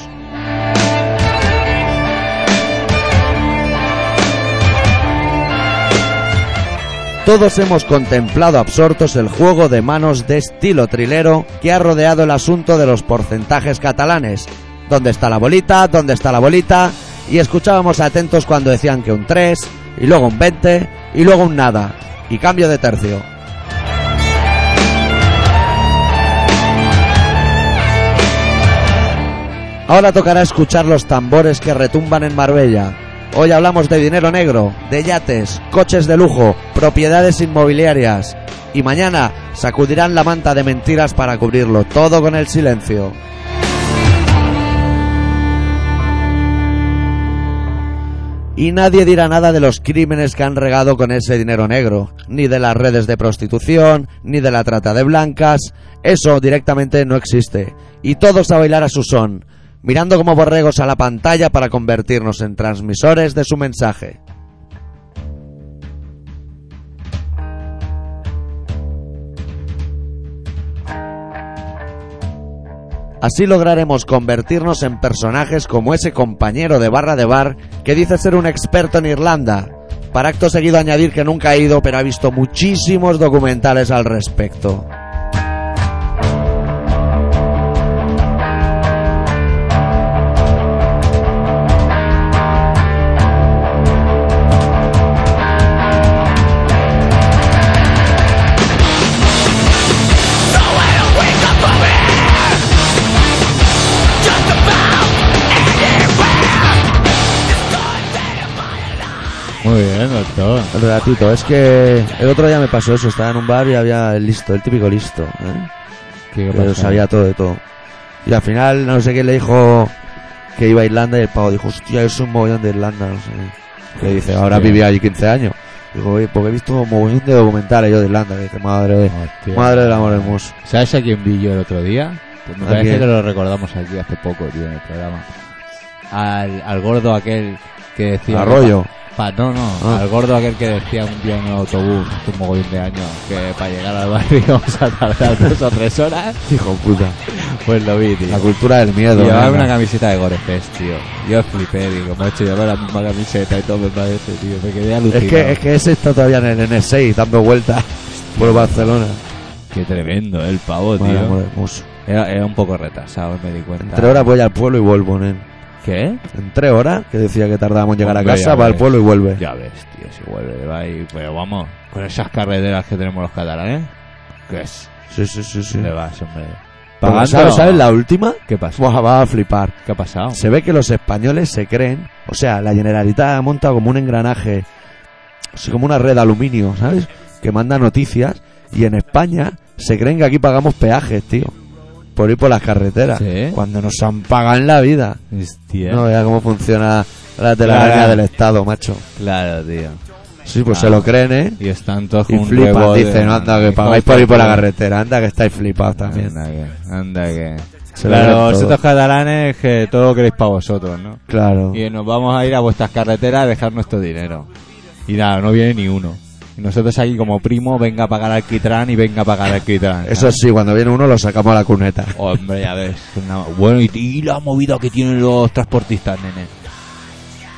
Speaker 1: Todos hemos contemplado absortos el juego de manos de estilo trilero que ha rodeado el asunto de los porcentajes catalanes. ¿Dónde está la bolita? ¿Dónde está la bolita? Y escuchábamos atentos cuando decían que un 3, y luego un 20, y luego un nada, y cambio de tercio. Ahora tocará escuchar los tambores que retumban en Marbella. Hoy hablamos de dinero negro, de yates, coches de lujo, propiedades inmobiliarias. Y mañana sacudirán la manta de mentiras para cubrirlo todo con el silencio. Y nadie dirá nada de los crímenes que han regado con ese dinero negro, ni de las redes de prostitución, ni de la trata de blancas. Eso directamente no existe. Y todos a bailar a su son, mirando como borregos a la pantalla para convertirnos en transmisores de su mensaje. Así lograremos convertirnos en personajes como ese compañero de barra de bar que dice ser un experto en Irlanda, para acto seguido añadir que nunca ha ido pero ha visto muchísimos documentales al respecto.
Speaker 2: Muy bien, doctor.
Speaker 1: El relatito, es que el otro día me pasó eso, estaba en un bar y había el listo, el típico listo, ¿eh?
Speaker 2: ¿Qué
Speaker 1: pero
Speaker 2: pasa?
Speaker 1: sabía todo de todo. Y al final no sé quién le dijo que iba a Irlanda y el pavo dijo, hostia, es un mogollón de Irlanda, no sé. Que dice, ahora
Speaker 2: Hostia.
Speaker 1: vivía allí 15 años. Digo, oye, porque he visto un mogollón de documentales yo de Irlanda, que dije, madre de...
Speaker 2: Hostia.
Speaker 1: Madre del amor hermoso.
Speaker 2: ¿Sabes a quién vi yo el otro día? Pues me
Speaker 1: ¿A
Speaker 2: parece
Speaker 1: quién?
Speaker 2: que lo recordamos aquí hace poco, tío, en el programa. Al, al gordo aquel que decía...
Speaker 1: Arroyo.
Speaker 2: Pa- no, no,
Speaker 1: Ah.
Speaker 2: al gordo aquel que decía un día en el autobús, hace un mogollón de años, que para llegar al barrio vamos a tardar dos o tres horas.
Speaker 1: Hijo puta.
Speaker 2: Pues lo vi, tío.
Speaker 1: La cultura del miedo.
Speaker 2: Llevaba
Speaker 1: venga.
Speaker 2: una camiseta de Gorefest, tío. Yo flipé, digo, macho, llevaba la misma camiseta y todo me parece, tío. Me quedé alucinado.
Speaker 1: es, que, es que ese está todavía en el N6 dando vueltas por Barcelona.
Speaker 2: Qué tremendo, eh, el pavo,
Speaker 1: Madre del amor
Speaker 2: tío.
Speaker 1: hermoso.
Speaker 2: Era, era un poco retrasado, me di cuenta.
Speaker 1: En tres horas voy al pueblo y vuelvo, nen.
Speaker 2: ¿Qué?
Speaker 1: En tres horas, que decía que tardábamos en llegar
Speaker 2: Hombre,
Speaker 1: a casa,
Speaker 2: ya
Speaker 1: va al
Speaker 2: ves.
Speaker 1: pueblo y vuelve.
Speaker 2: Ya ves, tío, si vuelve, va y... Pero vamos, con esas carreteras que tenemos los catalanes, ¿qué es?
Speaker 1: Sí, sí, sí, sí.
Speaker 2: ¿Dónde vas, hombre?
Speaker 1: Porque,
Speaker 2: ¿Pagando?
Speaker 1: ¿Sabes, ¿Sabes la última?
Speaker 2: ¿Qué pasa?
Speaker 1: Buah, va a flipar.
Speaker 2: ¿Qué ha pasado?
Speaker 1: Se ve que los españoles se creen, o sea, la Generalitat ha montado como un engranaje, así como una red de aluminio, ¿sabes? Que manda noticias y en España se creen que aquí pagamos peajes, tío, por ir por las carreteras,
Speaker 2: Sí.
Speaker 1: cuando nos han pagado en la vida.
Speaker 2: Hostia.
Speaker 1: No vea cómo funciona la telaraña
Speaker 2: Claro.
Speaker 1: del Estado, macho.
Speaker 2: Claro, tío.
Speaker 1: Sí, pues
Speaker 2: Ah.
Speaker 1: se lo creen, ¿eh?
Speaker 2: Y están todos
Speaker 1: Y
Speaker 2: con un
Speaker 1: flipas,
Speaker 2: rebote.
Speaker 1: dicen, anda, que pagáis por ir por la carretera, anda, que estáis flipados también.
Speaker 2: Anda que, anda que.
Speaker 1: Se lo creen
Speaker 2: claro,
Speaker 1: todos.
Speaker 2: vosotros catalanes que todo lo queréis para vosotros, ¿no?
Speaker 1: Claro.
Speaker 2: Y nos vamos a ir a vuestras carreteras a dejar nuestro dinero. Y nada, no viene ni uno. Y nosotros aquí como primo, venga a pagar alquitrán y venga a pagar alquitrán.
Speaker 1: Eso sí, cuando viene uno lo sacamos a la cuneta.
Speaker 2: Hombre, ya ves. Una- Bueno, y, y la movida que tienen los transportistas, nene.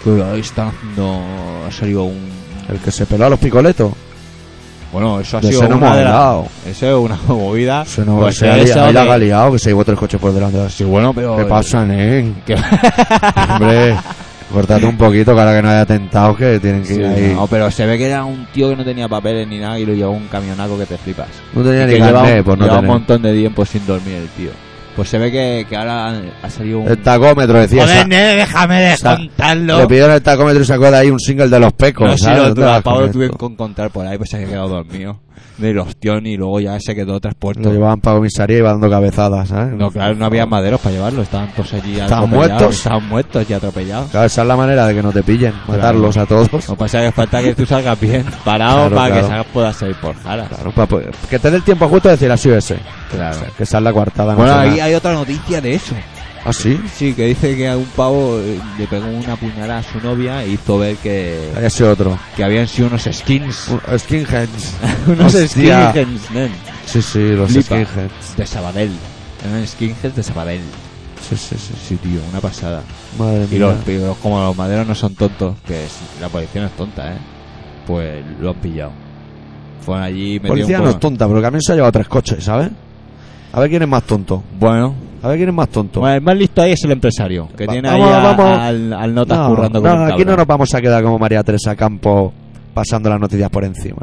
Speaker 2: Pero ahí está haciendo. Ha salido un.
Speaker 1: El que se peló a los picoletos.
Speaker 2: Bueno, eso ha
Speaker 1: De
Speaker 2: sido
Speaker 1: ese no
Speaker 2: una
Speaker 1: hemos
Speaker 2: de las.
Speaker 1: hablado.
Speaker 2: Eso es una movida.
Speaker 1: Se no,
Speaker 2: Pues
Speaker 1: se
Speaker 2: esa
Speaker 1: ha liado, ahí la
Speaker 2: que-
Speaker 1: ha liado, que se llevó tres coches por delante.
Speaker 2: Sí, bueno, pero.
Speaker 1: ¿Qué pasa, nen?
Speaker 2: que-
Speaker 1: Hombre, cortate un poquito, cara que no haya atentados que tienen que
Speaker 2: Sí,
Speaker 1: ir ahí.
Speaker 2: no, pero se ve que era un tío que no tenía papeles ni nada y lo llevó un camionaco que te flipas.
Speaker 1: No tenía
Speaker 2: Y
Speaker 1: ni
Speaker 2: que lleva
Speaker 1: carnet,
Speaker 2: un-
Speaker 1: por no
Speaker 2: lleva un
Speaker 1: tener.
Speaker 2: montón de tiempo sin dormir el tío. Pues se ve que, que ahora han- ha salido un...
Speaker 1: El tacómetro, decía.
Speaker 2: Joder,
Speaker 1: sa-
Speaker 2: nene, déjame
Speaker 1: sa-
Speaker 2: descontarlo.
Speaker 1: Le pidieron el tacómetro y sacó de ahí un single de los pecos.
Speaker 2: No, si
Speaker 1: ¿sabes?
Speaker 2: lo
Speaker 1: ¿Dónde
Speaker 2: tuve, a
Speaker 1: vas con
Speaker 2: Pablo
Speaker 1: esto?
Speaker 2: tuve que encontrar por ahí, pues se había quedado dormido. De los tíos y luego ya se quedó
Speaker 1: Lo
Speaker 2: transportado.
Speaker 1: llevaban para comisaría y iba dando cabezadas, ¿sabes?
Speaker 2: No, claro, no había maderos para llevarlo, estaban todos allí
Speaker 1: Estaban
Speaker 2: atropellados,
Speaker 1: muertos.
Speaker 2: Estaban muertos y atropellados.
Speaker 1: Claro, esa es la manera de que no te pillen, matarlos a todos.
Speaker 2: Lo que pasa es que falta que tú salgas bien parado
Speaker 1: Claro,
Speaker 2: para
Speaker 1: claro.
Speaker 2: que salgas, puedas salir por jaras.
Speaker 1: Claro, pa- pa- que te dé el tiempo justo de decir así o ese.
Speaker 2: Claro.
Speaker 1: O sea, que esa es la coartada.
Speaker 2: Bueno,
Speaker 1: nacional.
Speaker 2: ahí hay otra noticia de eso.
Speaker 1: Ah, sí.
Speaker 2: Sí, que dice que a un pavo eh, le pegó una puñalada a su novia e hizo ver que,
Speaker 1: Ahí ese otro.
Speaker 2: que habían sido unos skins.
Speaker 1: Un- Skinheads.
Speaker 2: unos
Speaker 1: Hostia.
Speaker 2: skins, nen.
Speaker 1: Sí, sí, los
Speaker 2: Flipa.
Speaker 1: skinheads.
Speaker 2: De Sabadell. Eran skinheads de Sabadell.
Speaker 1: Sí, sí, sí.
Speaker 2: Sí, tío, una pasada.
Speaker 1: Madre
Speaker 2: Y
Speaker 1: mía.
Speaker 2: los, y los- como los maderos no son tontos, que es- la policía no es tonta, ¿eh? Pues lo han pillado. Fueron allí y
Speaker 1: Policía no es tonta, pero también se ha llevado tres coches, ¿sabes? A ver quién es más tonto.
Speaker 2: Bueno,
Speaker 1: A ver quién es más tonto.
Speaker 2: Bueno, el más listo ahí es el empresario, que
Speaker 1: Va-
Speaker 2: tiene
Speaker 1: vamos,
Speaker 2: ahí a-
Speaker 1: vamos.
Speaker 2: Al, al notas currando
Speaker 1: no,
Speaker 2: con un
Speaker 1: aquí no
Speaker 2: cabrón.
Speaker 1: nos vamos a quedar como María Teresa Campo pasando las noticias por encima.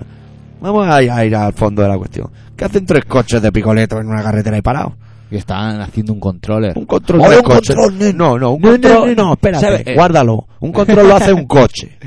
Speaker 1: Vamos a, a ir al fondo de la cuestión. ¿Qué hacen tres coches de picoleto en una carretera y parados?
Speaker 2: Y estaban haciendo un controller.
Speaker 1: Un control
Speaker 2: Oye,
Speaker 1: de
Speaker 2: un
Speaker 1: coche.
Speaker 2: control, nen.
Speaker 1: no, no, un
Speaker 2: Nen,
Speaker 1: control.
Speaker 2: nen, nen,
Speaker 1: no, espérate,
Speaker 2: ¿sabes? Eh.
Speaker 1: guárdalo. Un control lo hace un coche.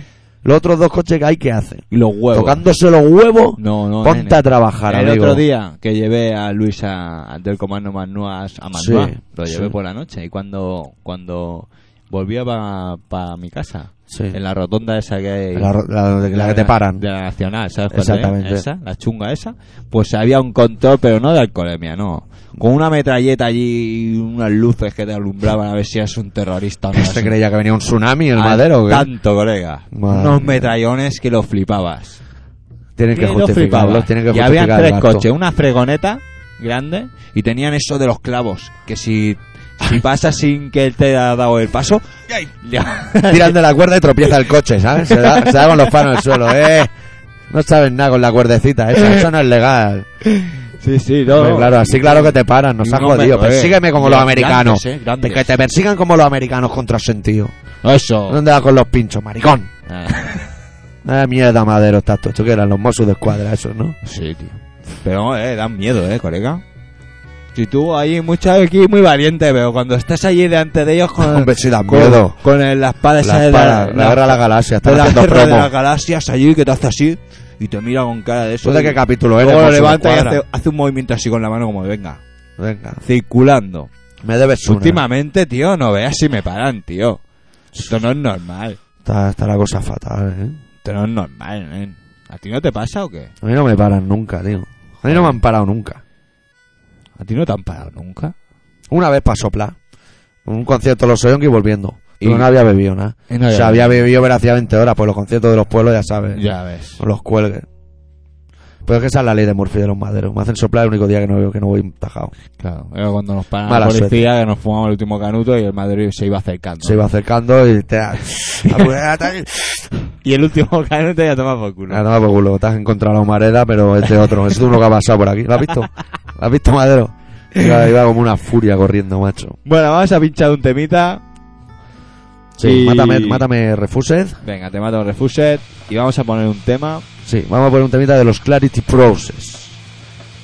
Speaker 1: Los otros dos coches que hay, ¿qué hacen?
Speaker 2: Y los huevos.
Speaker 1: Tocándose los huevos,
Speaker 2: No, no,
Speaker 1: ponte
Speaker 2: nene.
Speaker 1: a trabajar,
Speaker 2: El
Speaker 1: amigo.
Speaker 2: otro día que llevé a Luis a- del comando Manua a a Manua,
Speaker 1: Sí,
Speaker 2: lo llevé
Speaker 1: sí.
Speaker 2: por la noche. Y cuando, cuando volvía para mi casa,
Speaker 1: Sí.
Speaker 2: en la rotonda esa que hay...
Speaker 1: La, ro- la- la que te paran.
Speaker 2: De la nacional, ¿sabes cuál es?
Speaker 1: Exactamente.
Speaker 2: Esa, la chunga esa. Pues había un control, pero no de alcoholemia, no. Con una metralleta allí y unas luces que te alumbraban a ver si eres un terrorista o no. eres
Speaker 1: ¿Se
Speaker 2: un-
Speaker 1: creía que venía un tsunami en el
Speaker 2: Al
Speaker 1: madero? o qué?
Speaker 2: Tanto, colega.
Speaker 1: Madre
Speaker 2: unos
Speaker 1: mía.
Speaker 2: metrallones que lo flipabas.
Speaker 1: Tienen que
Speaker 2: Que lo
Speaker 1: justificarlos,
Speaker 2: flipabas.
Speaker 1: tienen que
Speaker 2: y
Speaker 1: justificar el
Speaker 2: habían tres
Speaker 1: gasto.
Speaker 2: coches, una fregoneta grande y tenían eso de los clavos. Que si, si pasa sin que él te ha dado el paso,
Speaker 1: Tiran de la cuerda y tropieza el coche, ¿sabes? Se da, se da con los panos al suelo, ¿eh? No saben nada con la cuerdecita
Speaker 2: Eh.
Speaker 1: esa, eso no es legal.
Speaker 2: sí, sí,
Speaker 1: Hombre, claro, así claro que te paran, nos
Speaker 2: Y
Speaker 1: han
Speaker 2: no me
Speaker 1: jodido.
Speaker 2: jodes.
Speaker 1: Persígueme como los
Speaker 2: Grandes,
Speaker 1: americanos.
Speaker 2: eh, grandes.
Speaker 1: Que te persigan como los americanos contra sentido.
Speaker 2: Eso.
Speaker 1: ¿Dónde vas con los pinchos, maricón?
Speaker 2: Ah.
Speaker 1: Ah, mierda, madero, estás tú. Esto que eran los Mossos de escuadra, esos, ¿no?
Speaker 2: Sí, tío. Pero eh, dan miedo, eh, colega. Si tú ahí mucha aquí muy valiente, pero cuando estás allí delante de ellos con
Speaker 1: Hombre, sí dan
Speaker 2: con,
Speaker 1: miedo.
Speaker 2: con el- la espada esa
Speaker 1: La,
Speaker 2: Ah, de
Speaker 1: espada, la guerra de la galaxia,
Speaker 2: de
Speaker 1: están
Speaker 2: la
Speaker 1: haciendo
Speaker 2: guerra de las
Speaker 1: promo.
Speaker 2: galaxias allí que te hace así y te mira con cara de eso.
Speaker 1: ¿Tú de
Speaker 2: y
Speaker 1: qué capítulo eres?
Speaker 2: luego lo
Speaker 1: Mossos de
Speaker 2: levanta y
Speaker 1: Escuadra?
Speaker 2: hace, hace un movimiento así con la mano como venga,
Speaker 1: Venga,
Speaker 2: circulando.
Speaker 1: me debes una.
Speaker 2: Últimamente, tío, no veas si me paran, tío. Esto no es normal.
Speaker 1: Está, está la cosa fatal, ¿eh?
Speaker 2: Esto no es normal, nen. ¿A ti no te pasa o qué?
Speaker 1: A mí no me paran nunca, tío. A mí no me han parado nunca.
Speaker 2: ¿A ti no te han parado nunca?
Speaker 1: Una vez para soplar. Un concierto de los Soyonki y volviendo. Pero
Speaker 2: Y-
Speaker 1: no había bebido nada.
Speaker 2: Y no
Speaker 1: o
Speaker 2: había
Speaker 1: sea, había bebido pero hacía 20 horas, pues los conciertos de los pueblos ya sabes.
Speaker 2: Ya ves.
Speaker 1: Con los cuelgues. Pero es que esa es la ley de Murphy de los maderos. Me hacen soplar el único día que no veo que no voy tajado.
Speaker 2: Claro, era cuando nos paran
Speaker 1: Mala
Speaker 2: la policía, que nos fumamos el último canuto y el Madrid se iba acercando.
Speaker 1: Se iba acercando y te. Apúrate.
Speaker 2: Y el último canuto ya toma por culo.
Speaker 1: Nada, no, pues culo, te has encontrado la humareda, pero este otro. Es uno que ha pasado por aquí. ¿Lo has visto? ¿Lo has visto, madero? Iba, iba como una furia corriendo, macho.
Speaker 2: Bueno, vamos a pinchar un temita.
Speaker 1: Sí,
Speaker 2: Y-
Speaker 1: mátame, mátame, refuses.
Speaker 2: Venga, te mato refuset y vamos a poner un tema.
Speaker 1: Sí, vamos a poner un temita de los Clarity Process.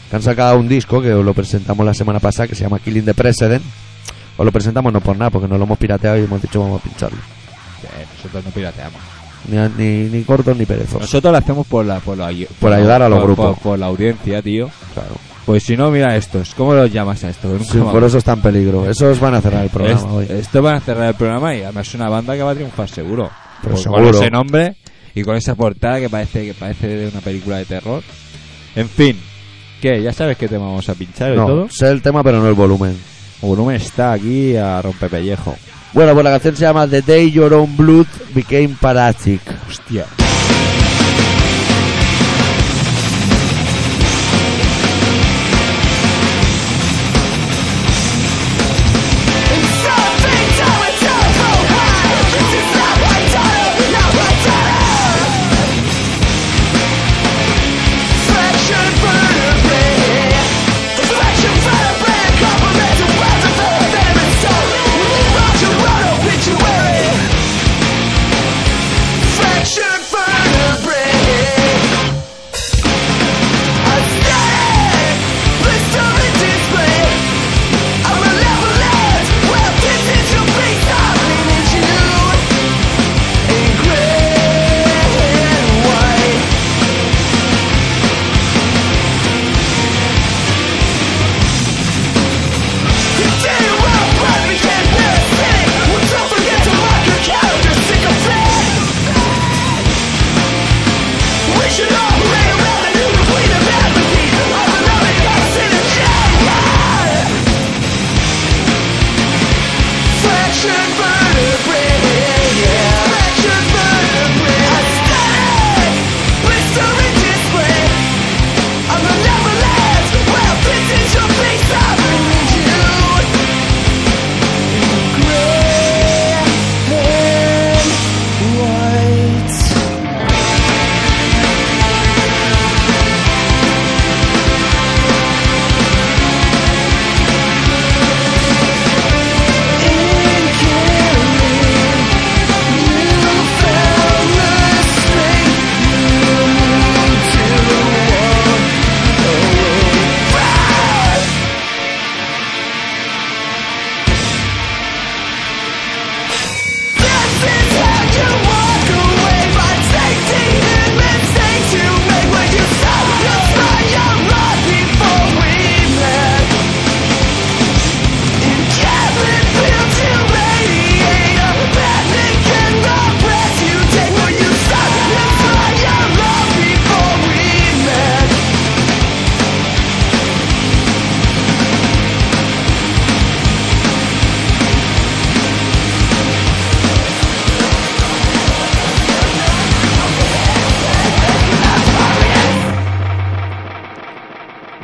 Speaker 1: Que han sacado un disco que os lo presentamos la semana pasada que se llama Killing the President. Os lo presentamos no por nada, porque nos lo hemos pirateado y hemos dicho vamos a pincharlo.
Speaker 2: Eh, nosotros no pirateamos.
Speaker 1: Ni, ni, ni cortos ni perezosos.
Speaker 2: Nosotros lo hacemos por la, por, la,
Speaker 1: Pues- Por ayudar a los
Speaker 2: por-
Speaker 1: grupos.
Speaker 2: Por, por la audiencia, tío.
Speaker 1: Claro.
Speaker 2: Pues si no, mira estos. ¿Cómo los llamas a estos? Nunca
Speaker 1: Sí,
Speaker 2: me
Speaker 1: por eso está en peligro. Esos van a cerrar el programa
Speaker 2: Est-
Speaker 1: hoy.
Speaker 2: Esto van a cerrar el programa y además es una banda que va a triunfar seguro.
Speaker 1: Pero
Speaker 2: Porque
Speaker 1: seguro.
Speaker 2: Con ese nombre y con esa portada que parece que parece de una película de terror. En fin, ¿qué? ¿Ya sabes qué tema vamos a pinchar y
Speaker 1: No,
Speaker 2: todo?
Speaker 1: sé el tema pero no el volumen.
Speaker 2: El volumen está aquí a rompepellejo.
Speaker 1: Bueno, pues la canción se llama The Day Your Own Blood Became Paratic.
Speaker 2: Hostia.
Speaker 4: Fraction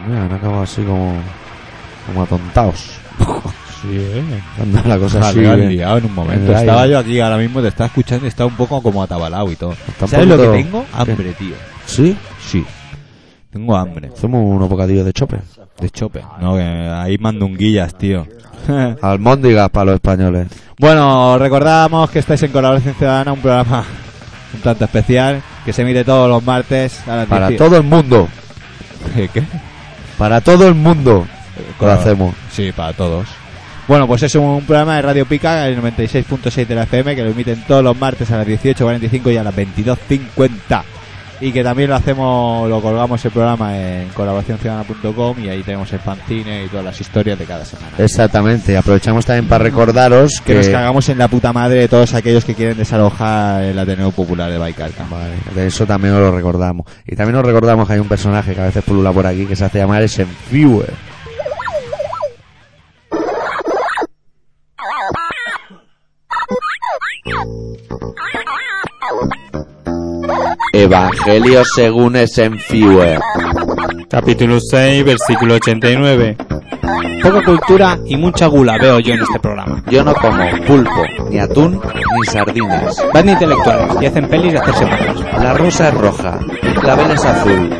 Speaker 1: mía, han acabado así como, como atontados.
Speaker 2: Sí, eh.
Speaker 1: Anda la cosa así.
Speaker 2: me has
Speaker 1: bien.
Speaker 2: liado en un
Speaker 1: En
Speaker 2: momento.
Speaker 1: el
Speaker 2: Estaba
Speaker 1: aire.
Speaker 2: yo aquí ahora mismo, te estaba escuchando y estaba un poco como atabalado y todo.
Speaker 1: Está un
Speaker 2: ¿Sabes lo que
Speaker 1: poquito-
Speaker 2: tengo? Hambre, tío.
Speaker 1: ¿Sí?
Speaker 2: Sí. Tengo hambre.
Speaker 1: Hacemos unos bocadillos de chope.
Speaker 2: De chope. No, que ahí mandunguillas, tío.
Speaker 1: Almóndigas para los españoles.
Speaker 2: bueno, recordamos que estáis en Colaboración Ciudadana, un programa un tanto especial que se emite todos los martes a las
Speaker 1: Para
Speaker 2: 10.
Speaker 1: todo el mundo.
Speaker 2: ¿Qué?
Speaker 1: Para todo el mundo. Lo
Speaker 2: Colabor-
Speaker 1: hacemos.
Speaker 2: Sí, para todos. Bueno, pues es un programa de Radio Pica, el 96.6 de la FM, que lo emiten todos los martes a las 18.45 y a las 22.50. Y que también lo hacemos, lo colgamos el programa en colaboracionciudadana.com y ahí tenemos el fanzine y todas las historias de cada semana.
Speaker 1: Exactamente. Aprovechamos también para recordaros
Speaker 2: Que
Speaker 1: que...
Speaker 2: nos cagamos en la puta madre de todos aquellos que quieren desalojar el Ateneo Popular de Baicarca.
Speaker 1: Vale, de eso también os lo recordamos. Y también nos recordamos que hay un personaje que a veces pulula por aquí que se hace llamar ese viewer. Evangelio según Eisenfiewer.
Speaker 4: Capítulo 6, versículo 89. Poca cultura y mucha gula veo yo en este programa.
Speaker 1: Yo no como pulpo, ni atún, ni sardinas.
Speaker 4: Van de intelectuales y hacen pelis de hacerse malos.
Speaker 1: La rosa es roja, el clavel es azul.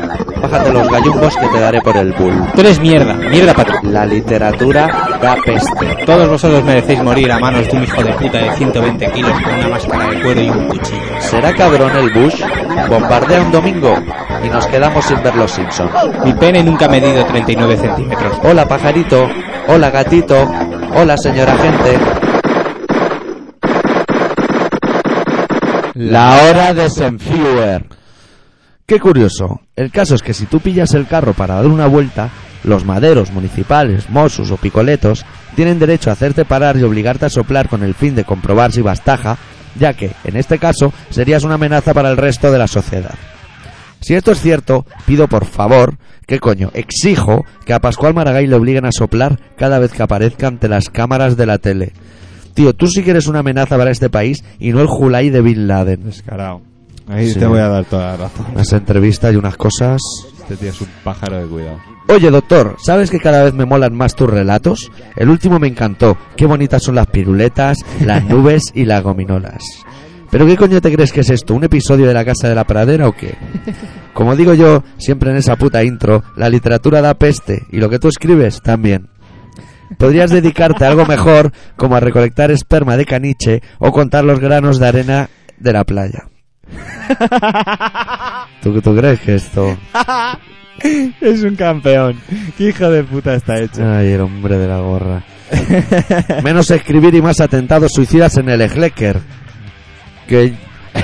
Speaker 1: Bájate los gallumbos que te daré por el bull.
Speaker 4: Tú eres mierda, mierda para ti.
Speaker 1: La literatura da peste.
Speaker 4: Todos vosotros merecéis morir a manos de un hijo de puta de 120 kilos con una máscara de cuero y un cuchillo.
Speaker 1: ¿Será cabrón el Bush? Bombardea un domingo y nos quedamos sin ver los Simpsons.
Speaker 4: Mi pene nunca ha medido 39 centímetros.
Speaker 1: Hola pajarito, hola gatito, hola señora gente. La hora de Senfiewer. Qué curioso. El caso es que si tú pillas el carro para dar una vuelta, los maderos, municipales, mosus o picoletos tienen derecho a hacerte parar y obligarte a soplar con el fin de comprobar si vas taja, ya que, en este caso, serías una amenaza para el resto de la sociedad. Si esto es cierto, pido por favor, que coño, exijo que a Pascual Maragall le obliguen a soplar cada vez que aparezca ante las cámaras de la tele. Tío, tú sí que eres una amenaza para este país y no el Julai de Bin Laden.
Speaker 2: Descarado. Ahí
Speaker 1: Sí.
Speaker 2: te voy a dar toda la razón.
Speaker 1: Unas entrevistas y unas cosas.
Speaker 2: Este tío es un pájaro de cuidado.
Speaker 1: Oye, doctor, ¿sabes que cada vez me molan más tus relatos? El último me encantó. Qué bonitas son las piruletas, las nubes y las gominolas. ¿Pero qué coño te crees que es esto? ¿Un episodio de la Casa de la Pradera o qué? Como digo yo, siempre en esa puta intro, la literatura da peste y lo que tú escribes también. Podrías dedicarte a algo mejor, como a recolectar esperma de caniche o contar los granos de arena de la playa. ¿Tú, tú crees que esto...
Speaker 2: es un campeón. Qué hijo de puta está hecho.
Speaker 1: Ay, el hombre de la gorra. Menos escribir y más atentados suicidas en el Ejlecker. Que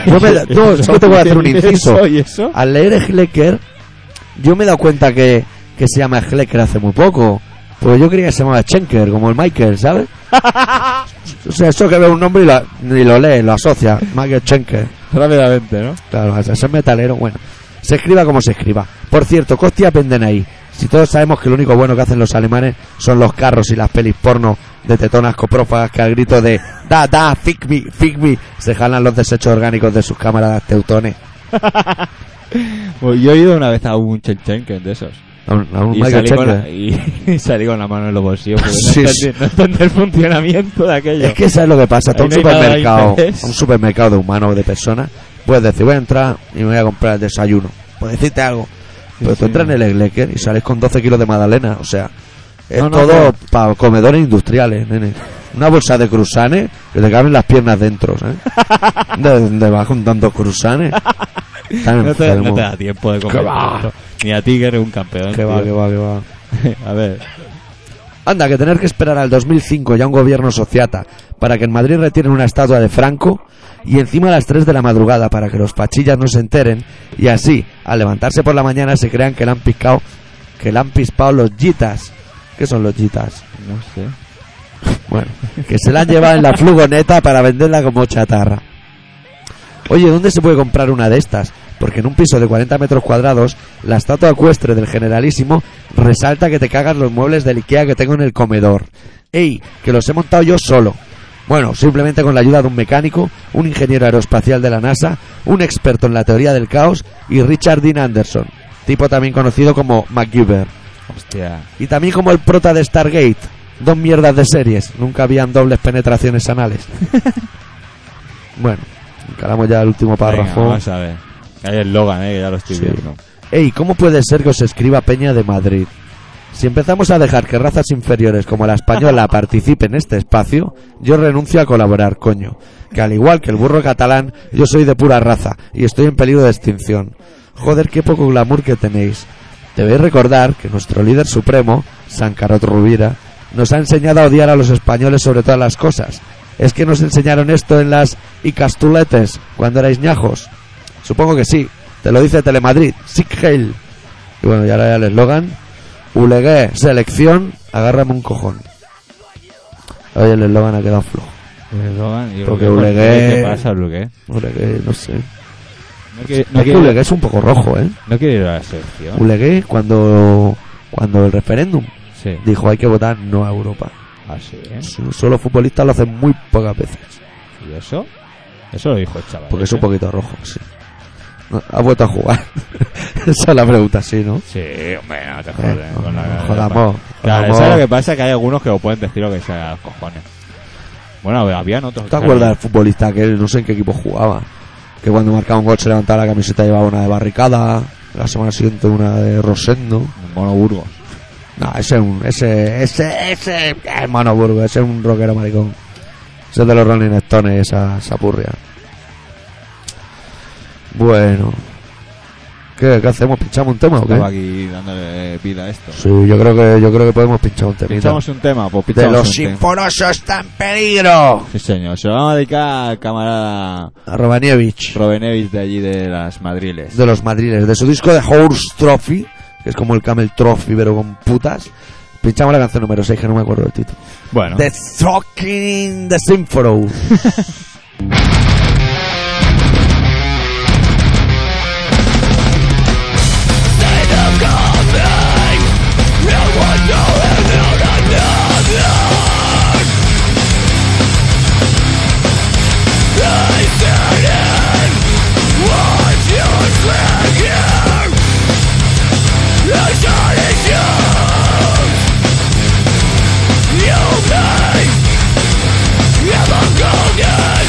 Speaker 1: yo me da- no, es que te voy a hacer un inciso.
Speaker 2: ¿Y eso?
Speaker 1: Al leer Ejlecker, yo me he dado cuenta que, que se llama Ejlecker hace muy poco. Pues yo creía que se llamaba Schenker, como el Michael, ¿sabes? O sea, eso que ve un nombre y lo, y lo lee, lo asocia. Michael Schenker.
Speaker 2: Rápidamente, ¿no?
Speaker 1: Claro, al ser metalero, bueno. Se escriba como se escriba. Por cierto, ¿qué hostia aprenden ahí? Si todos sabemos que lo único bueno que hacen los alemanes son los carros y las pelis porno de tetonas coprófagas que al grito de da, da, fick me, fick me, se jalan los desechos orgánicos de sus camaradas teutones.
Speaker 2: Pues yo he ido una vez a un Chelchenken de esos.
Speaker 1: A un- a un
Speaker 2: Y
Speaker 1: Michael
Speaker 2: salí, con la,
Speaker 1: Schenker.
Speaker 2: y- y salí con la mano en los bolsillos. Porque
Speaker 1: Sí,
Speaker 2: no,
Speaker 1: sí.
Speaker 2: entendí, no entendí el funcionamiento de aquello.
Speaker 1: Es que sabes lo que pasa, todo
Speaker 2: Ahí
Speaker 1: un
Speaker 2: no hay nada de
Speaker 1: supermercado,
Speaker 2: interés.
Speaker 1: un supermercado de humanos o de personas, puedes decir, voy a entrar y me voy a comprar el desayuno, por decirte algo. Pero
Speaker 2: Sí,
Speaker 1: tú entras
Speaker 2: sí.
Speaker 1: en el Eglecker y sales con 12 kilos de magdalena, o sea, es
Speaker 2: No, no,
Speaker 1: todo
Speaker 2: no.
Speaker 1: para comedores industriales, nene. Una bolsa de cruzanes que te caben las piernas dentro, ¿sabes? De- Debajo un tanto cruzanes. Tan
Speaker 2: no, te, no
Speaker 1: enfermo.
Speaker 2: te da tiempo de comer.
Speaker 1: Que va.
Speaker 2: tanto. Ni a ti que eres un campeón.
Speaker 1: Que va, que
Speaker 2: tío.
Speaker 1: va, que va.
Speaker 2: a ver.
Speaker 1: Anda, que tener que esperar al 2005 ya un gobierno sociata para que en Madrid retiren una estatua de Franco y encima a las 3 de la madrugada para que los pachillas no se enteren y así, al levantarse por la mañana, se crean que le han picado, que le han pispado los yitas. ¿Qué son los yitas?
Speaker 2: No sé.
Speaker 1: Bueno, que se la han llevado en la flugoneta para venderla como chatarra. Oye, ¿dónde se puede comprar una de estas? Porque en un piso de 40 metros cuadrados, la estatua ecuestre del Generalísimo resalta que te cagas los muebles del Ikea que tengo en el comedor. ¡Ey! Que los he montado yo solo. Bueno, simplemente con la ayuda de un mecánico, un ingeniero aeroespacial de la NASA, un experto en la teoría del caos y Richard Dean Anderson, tipo también conocido como MacGyver.
Speaker 2: Hostia.
Speaker 1: Y también como el prota de Stargate. Dos mierdas de series. Nunca habían dobles penetraciones anales. bueno, encaramos ya el último párrafo.
Speaker 2: Venga, vamos a ver. Hay el Logan, eh, que ya lo estoy
Speaker 1: Sí.
Speaker 2: viendo.
Speaker 1: Ey, ¿cómo puede ser que os escriba Peña de Madrid? Si empezamos a dejar que razas inferiores como la española participen en este espacio, yo renuncio a colaborar, coño. Que al igual que el burro catalán, yo soy de pura raza y estoy en peligro de extinción. Joder, qué poco glamour que tenéis. Debéis recordar que nuestro líder supremo, San Carot Rubira, nos ha enseñado a odiar a los españoles sobre todas las cosas. Es que nos enseñaron esto en las Icastuletes, cuando erais ñajos. Supongo que sí. Te lo dice Telemadrid. Sick Hail. Y bueno, y ahora ya el eslogan. Ulegué, selección, agárrame un cojón. Oye, el eslogan ha quedado flojo.
Speaker 2: El Logan, yo
Speaker 1: Porque
Speaker 2: creo que-
Speaker 1: Ulegué-
Speaker 2: ¿Qué pasa, Ulegué?
Speaker 1: Ulegué, no sé.
Speaker 2: No quiere, no
Speaker 1: Es que
Speaker 2: quiere-
Speaker 1: Ulegué es un poco rojo, ¿eh?
Speaker 2: no quiere ir a la selección.
Speaker 1: Ulegué cuando, cuando el referéndum
Speaker 2: Sí.
Speaker 1: dijo hay que votar no a Europa.
Speaker 2: Así, ¿eh?
Speaker 1: Solo futbolistas lo hacen muy pocas veces.
Speaker 2: ¿Y eso? Eso lo dijo el chaval.
Speaker 1: Porque es
Speaker 2: ese.
Speaker 1: un poquito rojo, sí. No, ha vuelto a jugar. Esa es la pregunta, sí, ¿no?
Speaker 2: Sí, hombre, no te
Speaker 1: Eh,
Speaker 2: jodes. con la-
Speaker 1: no, jodamos.
Speaker 2: Claro,
Speaker 1: jodamos.
Speaker 2: ¿sabes lo que pasa? Que hay algunos que os pueden decir lo que sea a los cojones. Bueno, habían otros.
Speaker 1: ¿Te acuerdas del futbolista que no sé en qué equipo jugaba? Que cuando marcaba un gol se levantaba la camiseta y llevaba una de barricada. La semana siguiente una de Rosendo.
Speaker 2: Mono Burgos.
Speaker 1: No, ese es un. Ese. Ese. Ese. Es Mano Burgo, ese es un rockero maricón. Ese es de los Rolling Stones, esa, esa purria. Bueno. ¿Qué, qué hacemos? ¿Pinchamos un tema o qué?
Speaker 2: Estaba aquí dándole vida a esto.
Speaker 1: Sí, yo creo que, yo creo que podemos pinchar un temita.
Speaker 2: Pinchamos un tema, pues
Speaker 1: de
Speaker 2: pinchamos
Speaker 1: los
Speaker 2: un tema.
Speaker 1: sinforosos está en peligro.
Speaker 2: Sí, señor. Se lo vamos a dedicar al camarada
Speaker 1: Arrobanievich.
Speaker 2: Robenevich de allí de las Madriles.
Speaker 1: de los madriles, de su disco de Horse Trophy, que es como el Camel Trophy, pero con putas. Pinchamos la canción número 6, que no me acuerdo del título.
Speaker 2: Bueno.
Speaker 1: The Talking the Symphony.
Speaker 3: You may never go again.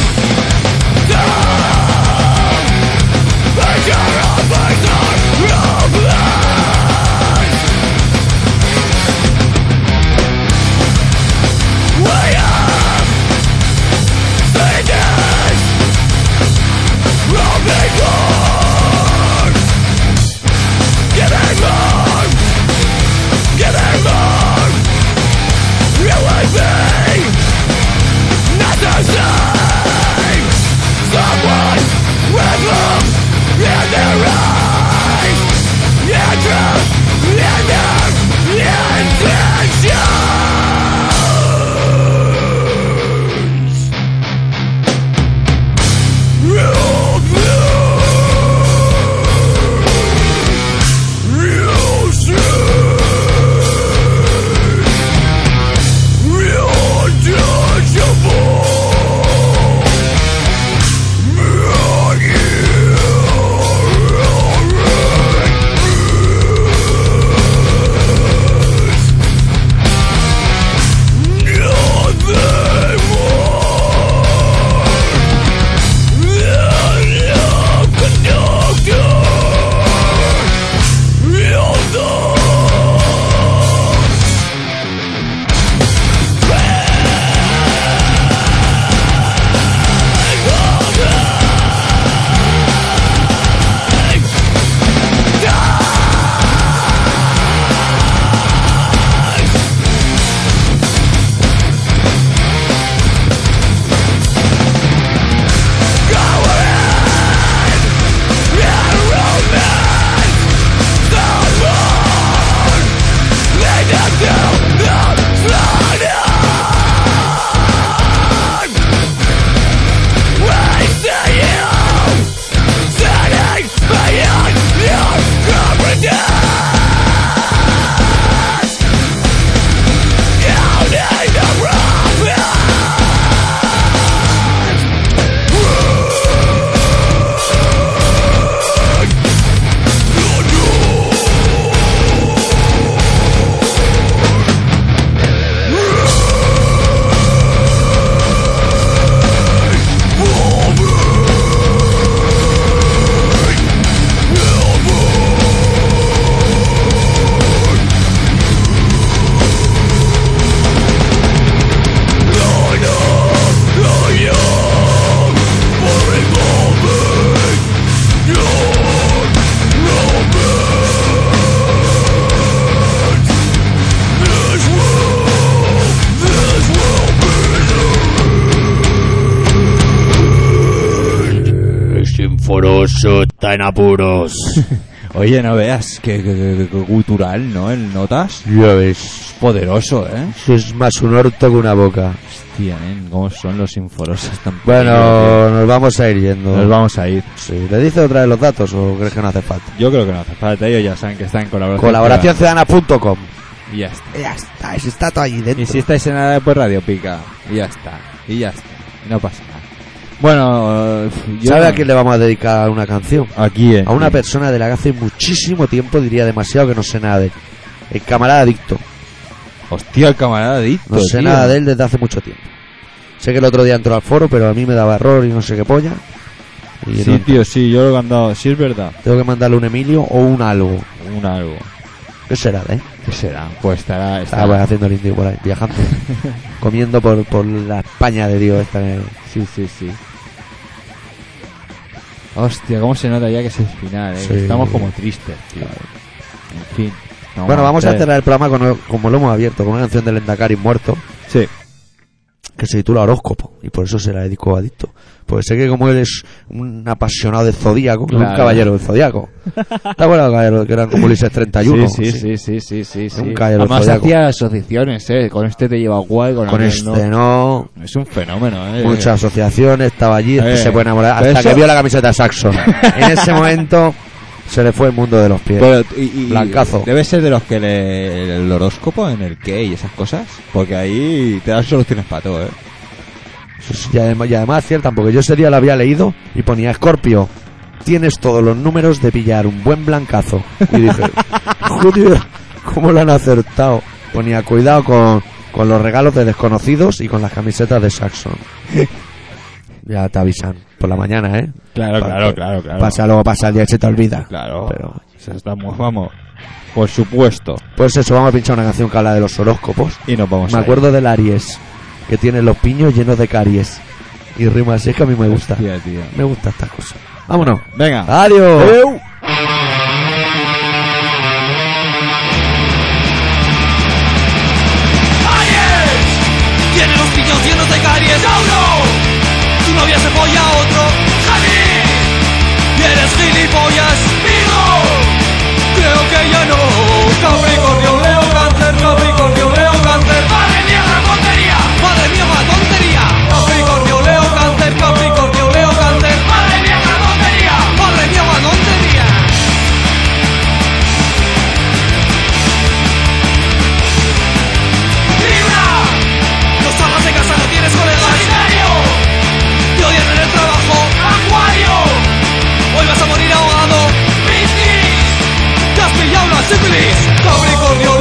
Speaker 1: está en apuros.
Speaker 2: Oye, no veas, que, cultural, ¿no? El Notas.
Speaker 1: Ya ves.
Speaker 2: Poderoso, ¿eh?
Speaker 1: Eso es más un orto que una boca.
Speaker 2: Hostia, nen, ¿cómo son los inforosos tan peligrosos,
Speaker 1: Bueno, nos vamos a ir
Speaker 2: tío?
Speaker 1: yendo.
Speaker 2: Nos vamos a ir.
Speaker 1: Sí. ¿Te dice otra vez los datos o crees que no hace falta?
Speaker 2: Yo creo que no hace falta. Ellos ya saben que están en colaboración.
Speaker 1: Colaboraciónciudadana.com
Speaker 2: Y ya está.
Speaker 1: Ya está, eso está todo allí dentro.
Speaker 2: Y si estáis en la pues Radio Pica. Y ya está. Y ya está. Y no pasa nada. Bueno, eh, yo...
Speaker 1: ¿Sabe a quién le vamos a dedicar una canción?
Speaker 2: Aquí, eh.
Speaker 1: A una persona de la que hace muchísimo tiempo diría demasiado que no sé nada de él. El camarada adicto.
Speaker 2: Hostia, el camarada adicto,
Speaker 1: No sé
Speaker 2: tío.
Speaker 1: nada de él desde hace mucho tiempo. Sé que el otro día entró al foro, pero a mí me daba error y no sé qué polla. Y no
Speaker 2: Sí, tío, sí, yo lo he andado. Sí, es verdad.
Speaker 1: Tengo que mandarle un Emilio o un algo.
Speaker 2: Un algo.
Speaker 1: ¿Qué será, eh?
Speaker 2: ¿Qué será? Pues estará... estará-
Speaker 1: Estaba pues, haciendo el indio por ahí, viajando. comiendo por, por la España de Dios esta. eh, que-
Speaker 2: Sí, sí, sí. Hostia, cómo se nota ya que es el final, eh.
Speaker 1: Sí.
Speaker 2: Estamos como tristes, tío. En fin. estamos
Speaker 1: Bueno, vamos a
Speaker 2: tristes.
Speaker 1: cerrar el programa con- como lo hemos abierto, con una canción del Endacari muerto.
Speaker 2: Sí.
Speaker 1: que se titula Horóscopo, y por eso se la dedicó a Adicto. Porque sé que como él es un apasionado de Zodíaco, un
Speaker 2: Claro.
Speaker 1: caballero del Zodíaco. ¿Te acuerdas del caballero que eran como Ulises 31? Sí.
Speaker 2: sí, sí, sí, sí, sí, sí.
Speaker 1: Un caballero
Speaker 2: Además
Speaker 1: zodiaco.
Speaker 2: hacía asociaciones, eh. Con este te lleva guay, con,
Speaker 1: Con
Speaker 2: aquel
Speaker 1: este, ¿no?
Speaker 2: no. Es un fenómeno, eh.
Speaker 1: Muchas asociaciones, estaba allí, este
Speaker 2: Eh,
Speaker 1: se puede enamorar,
Speaker 2: pero
Speaker 1: hasta
Speaker 2: eso-
Speaker 1: que vio la camiseta de Saxon. en ese momento se le fue el mundo de los pies.
Speaker 2: Bueno, y, y-
Speaker 1: Blancazo.
Speaker 2: Debe ser de los que le, el horóscopo en el que y esas cosas. Porque ahí te dan soluciones para todo, eh.
Speaker 1: Y además, y además ciertan, porque yo ese día la había leído y ponía Escorpio. Tienes todos los números de pillar un buen blancazo. Y dije, joder, ¿cómo lo han acertado? Ponía cuidado con, con los regalos de desconocidos y con las camisetas de Saxon. Ya te avisan por la mañana, ¿eh?
Speaker 2: Claro,
Speaker 1: Para
Speaker 2: claro,
Speaker 1: que
Speaker 2: claro, claro.
Speaker 1: Pasa luego, pasa el día y se te olvida.
Speaker 2: Claro.
Speaker 1: Pero,
Speaker 2: Eso estamos, vamos. Por supuesto.
Speaker 1: pues eso, vamos a pinchar una canción que habla de los horóscopos.
Speaker 2: Y nos vamos
Speaker 1: Me
Speaker 2: a ir.
Speaker 1: acuerdo del Aries, que tiene los piños llenos de caries. Y rima así, es que a mí me gusta.
Speaker 2: Hostia, tío.
Speaker 1: Me gustan estas cosas. Vámonos.
Speaker 2: Venga.
Speaker 1: Adiós.
Speaker 3: ¡Aries! Tiene los piños llenos de caries ¡Tauro! Tu novia se folla a otro ¡Javi! Y eres gilipollas ¡Vigo! Creo que ya no Capricornio, Leo, Cáncer Capricornio, Leo, Cáncer ¡Madre mía, la tontería! ¡Madre mía, la tontería! Capricornio, Leo, Cáncer Capricornio, Leo, Cáncer ¡Madre mía, la tontería! ¡Madre mía, la tontería! ¡Libra! No salgas de casa, no tienes colegas ¡Sagitario! Te odian en el trabajo ¡Acuario! Hoy vas a morir ahogado ¡Piscis! ¡Te has pillado la sífilis! ¡Capricornio,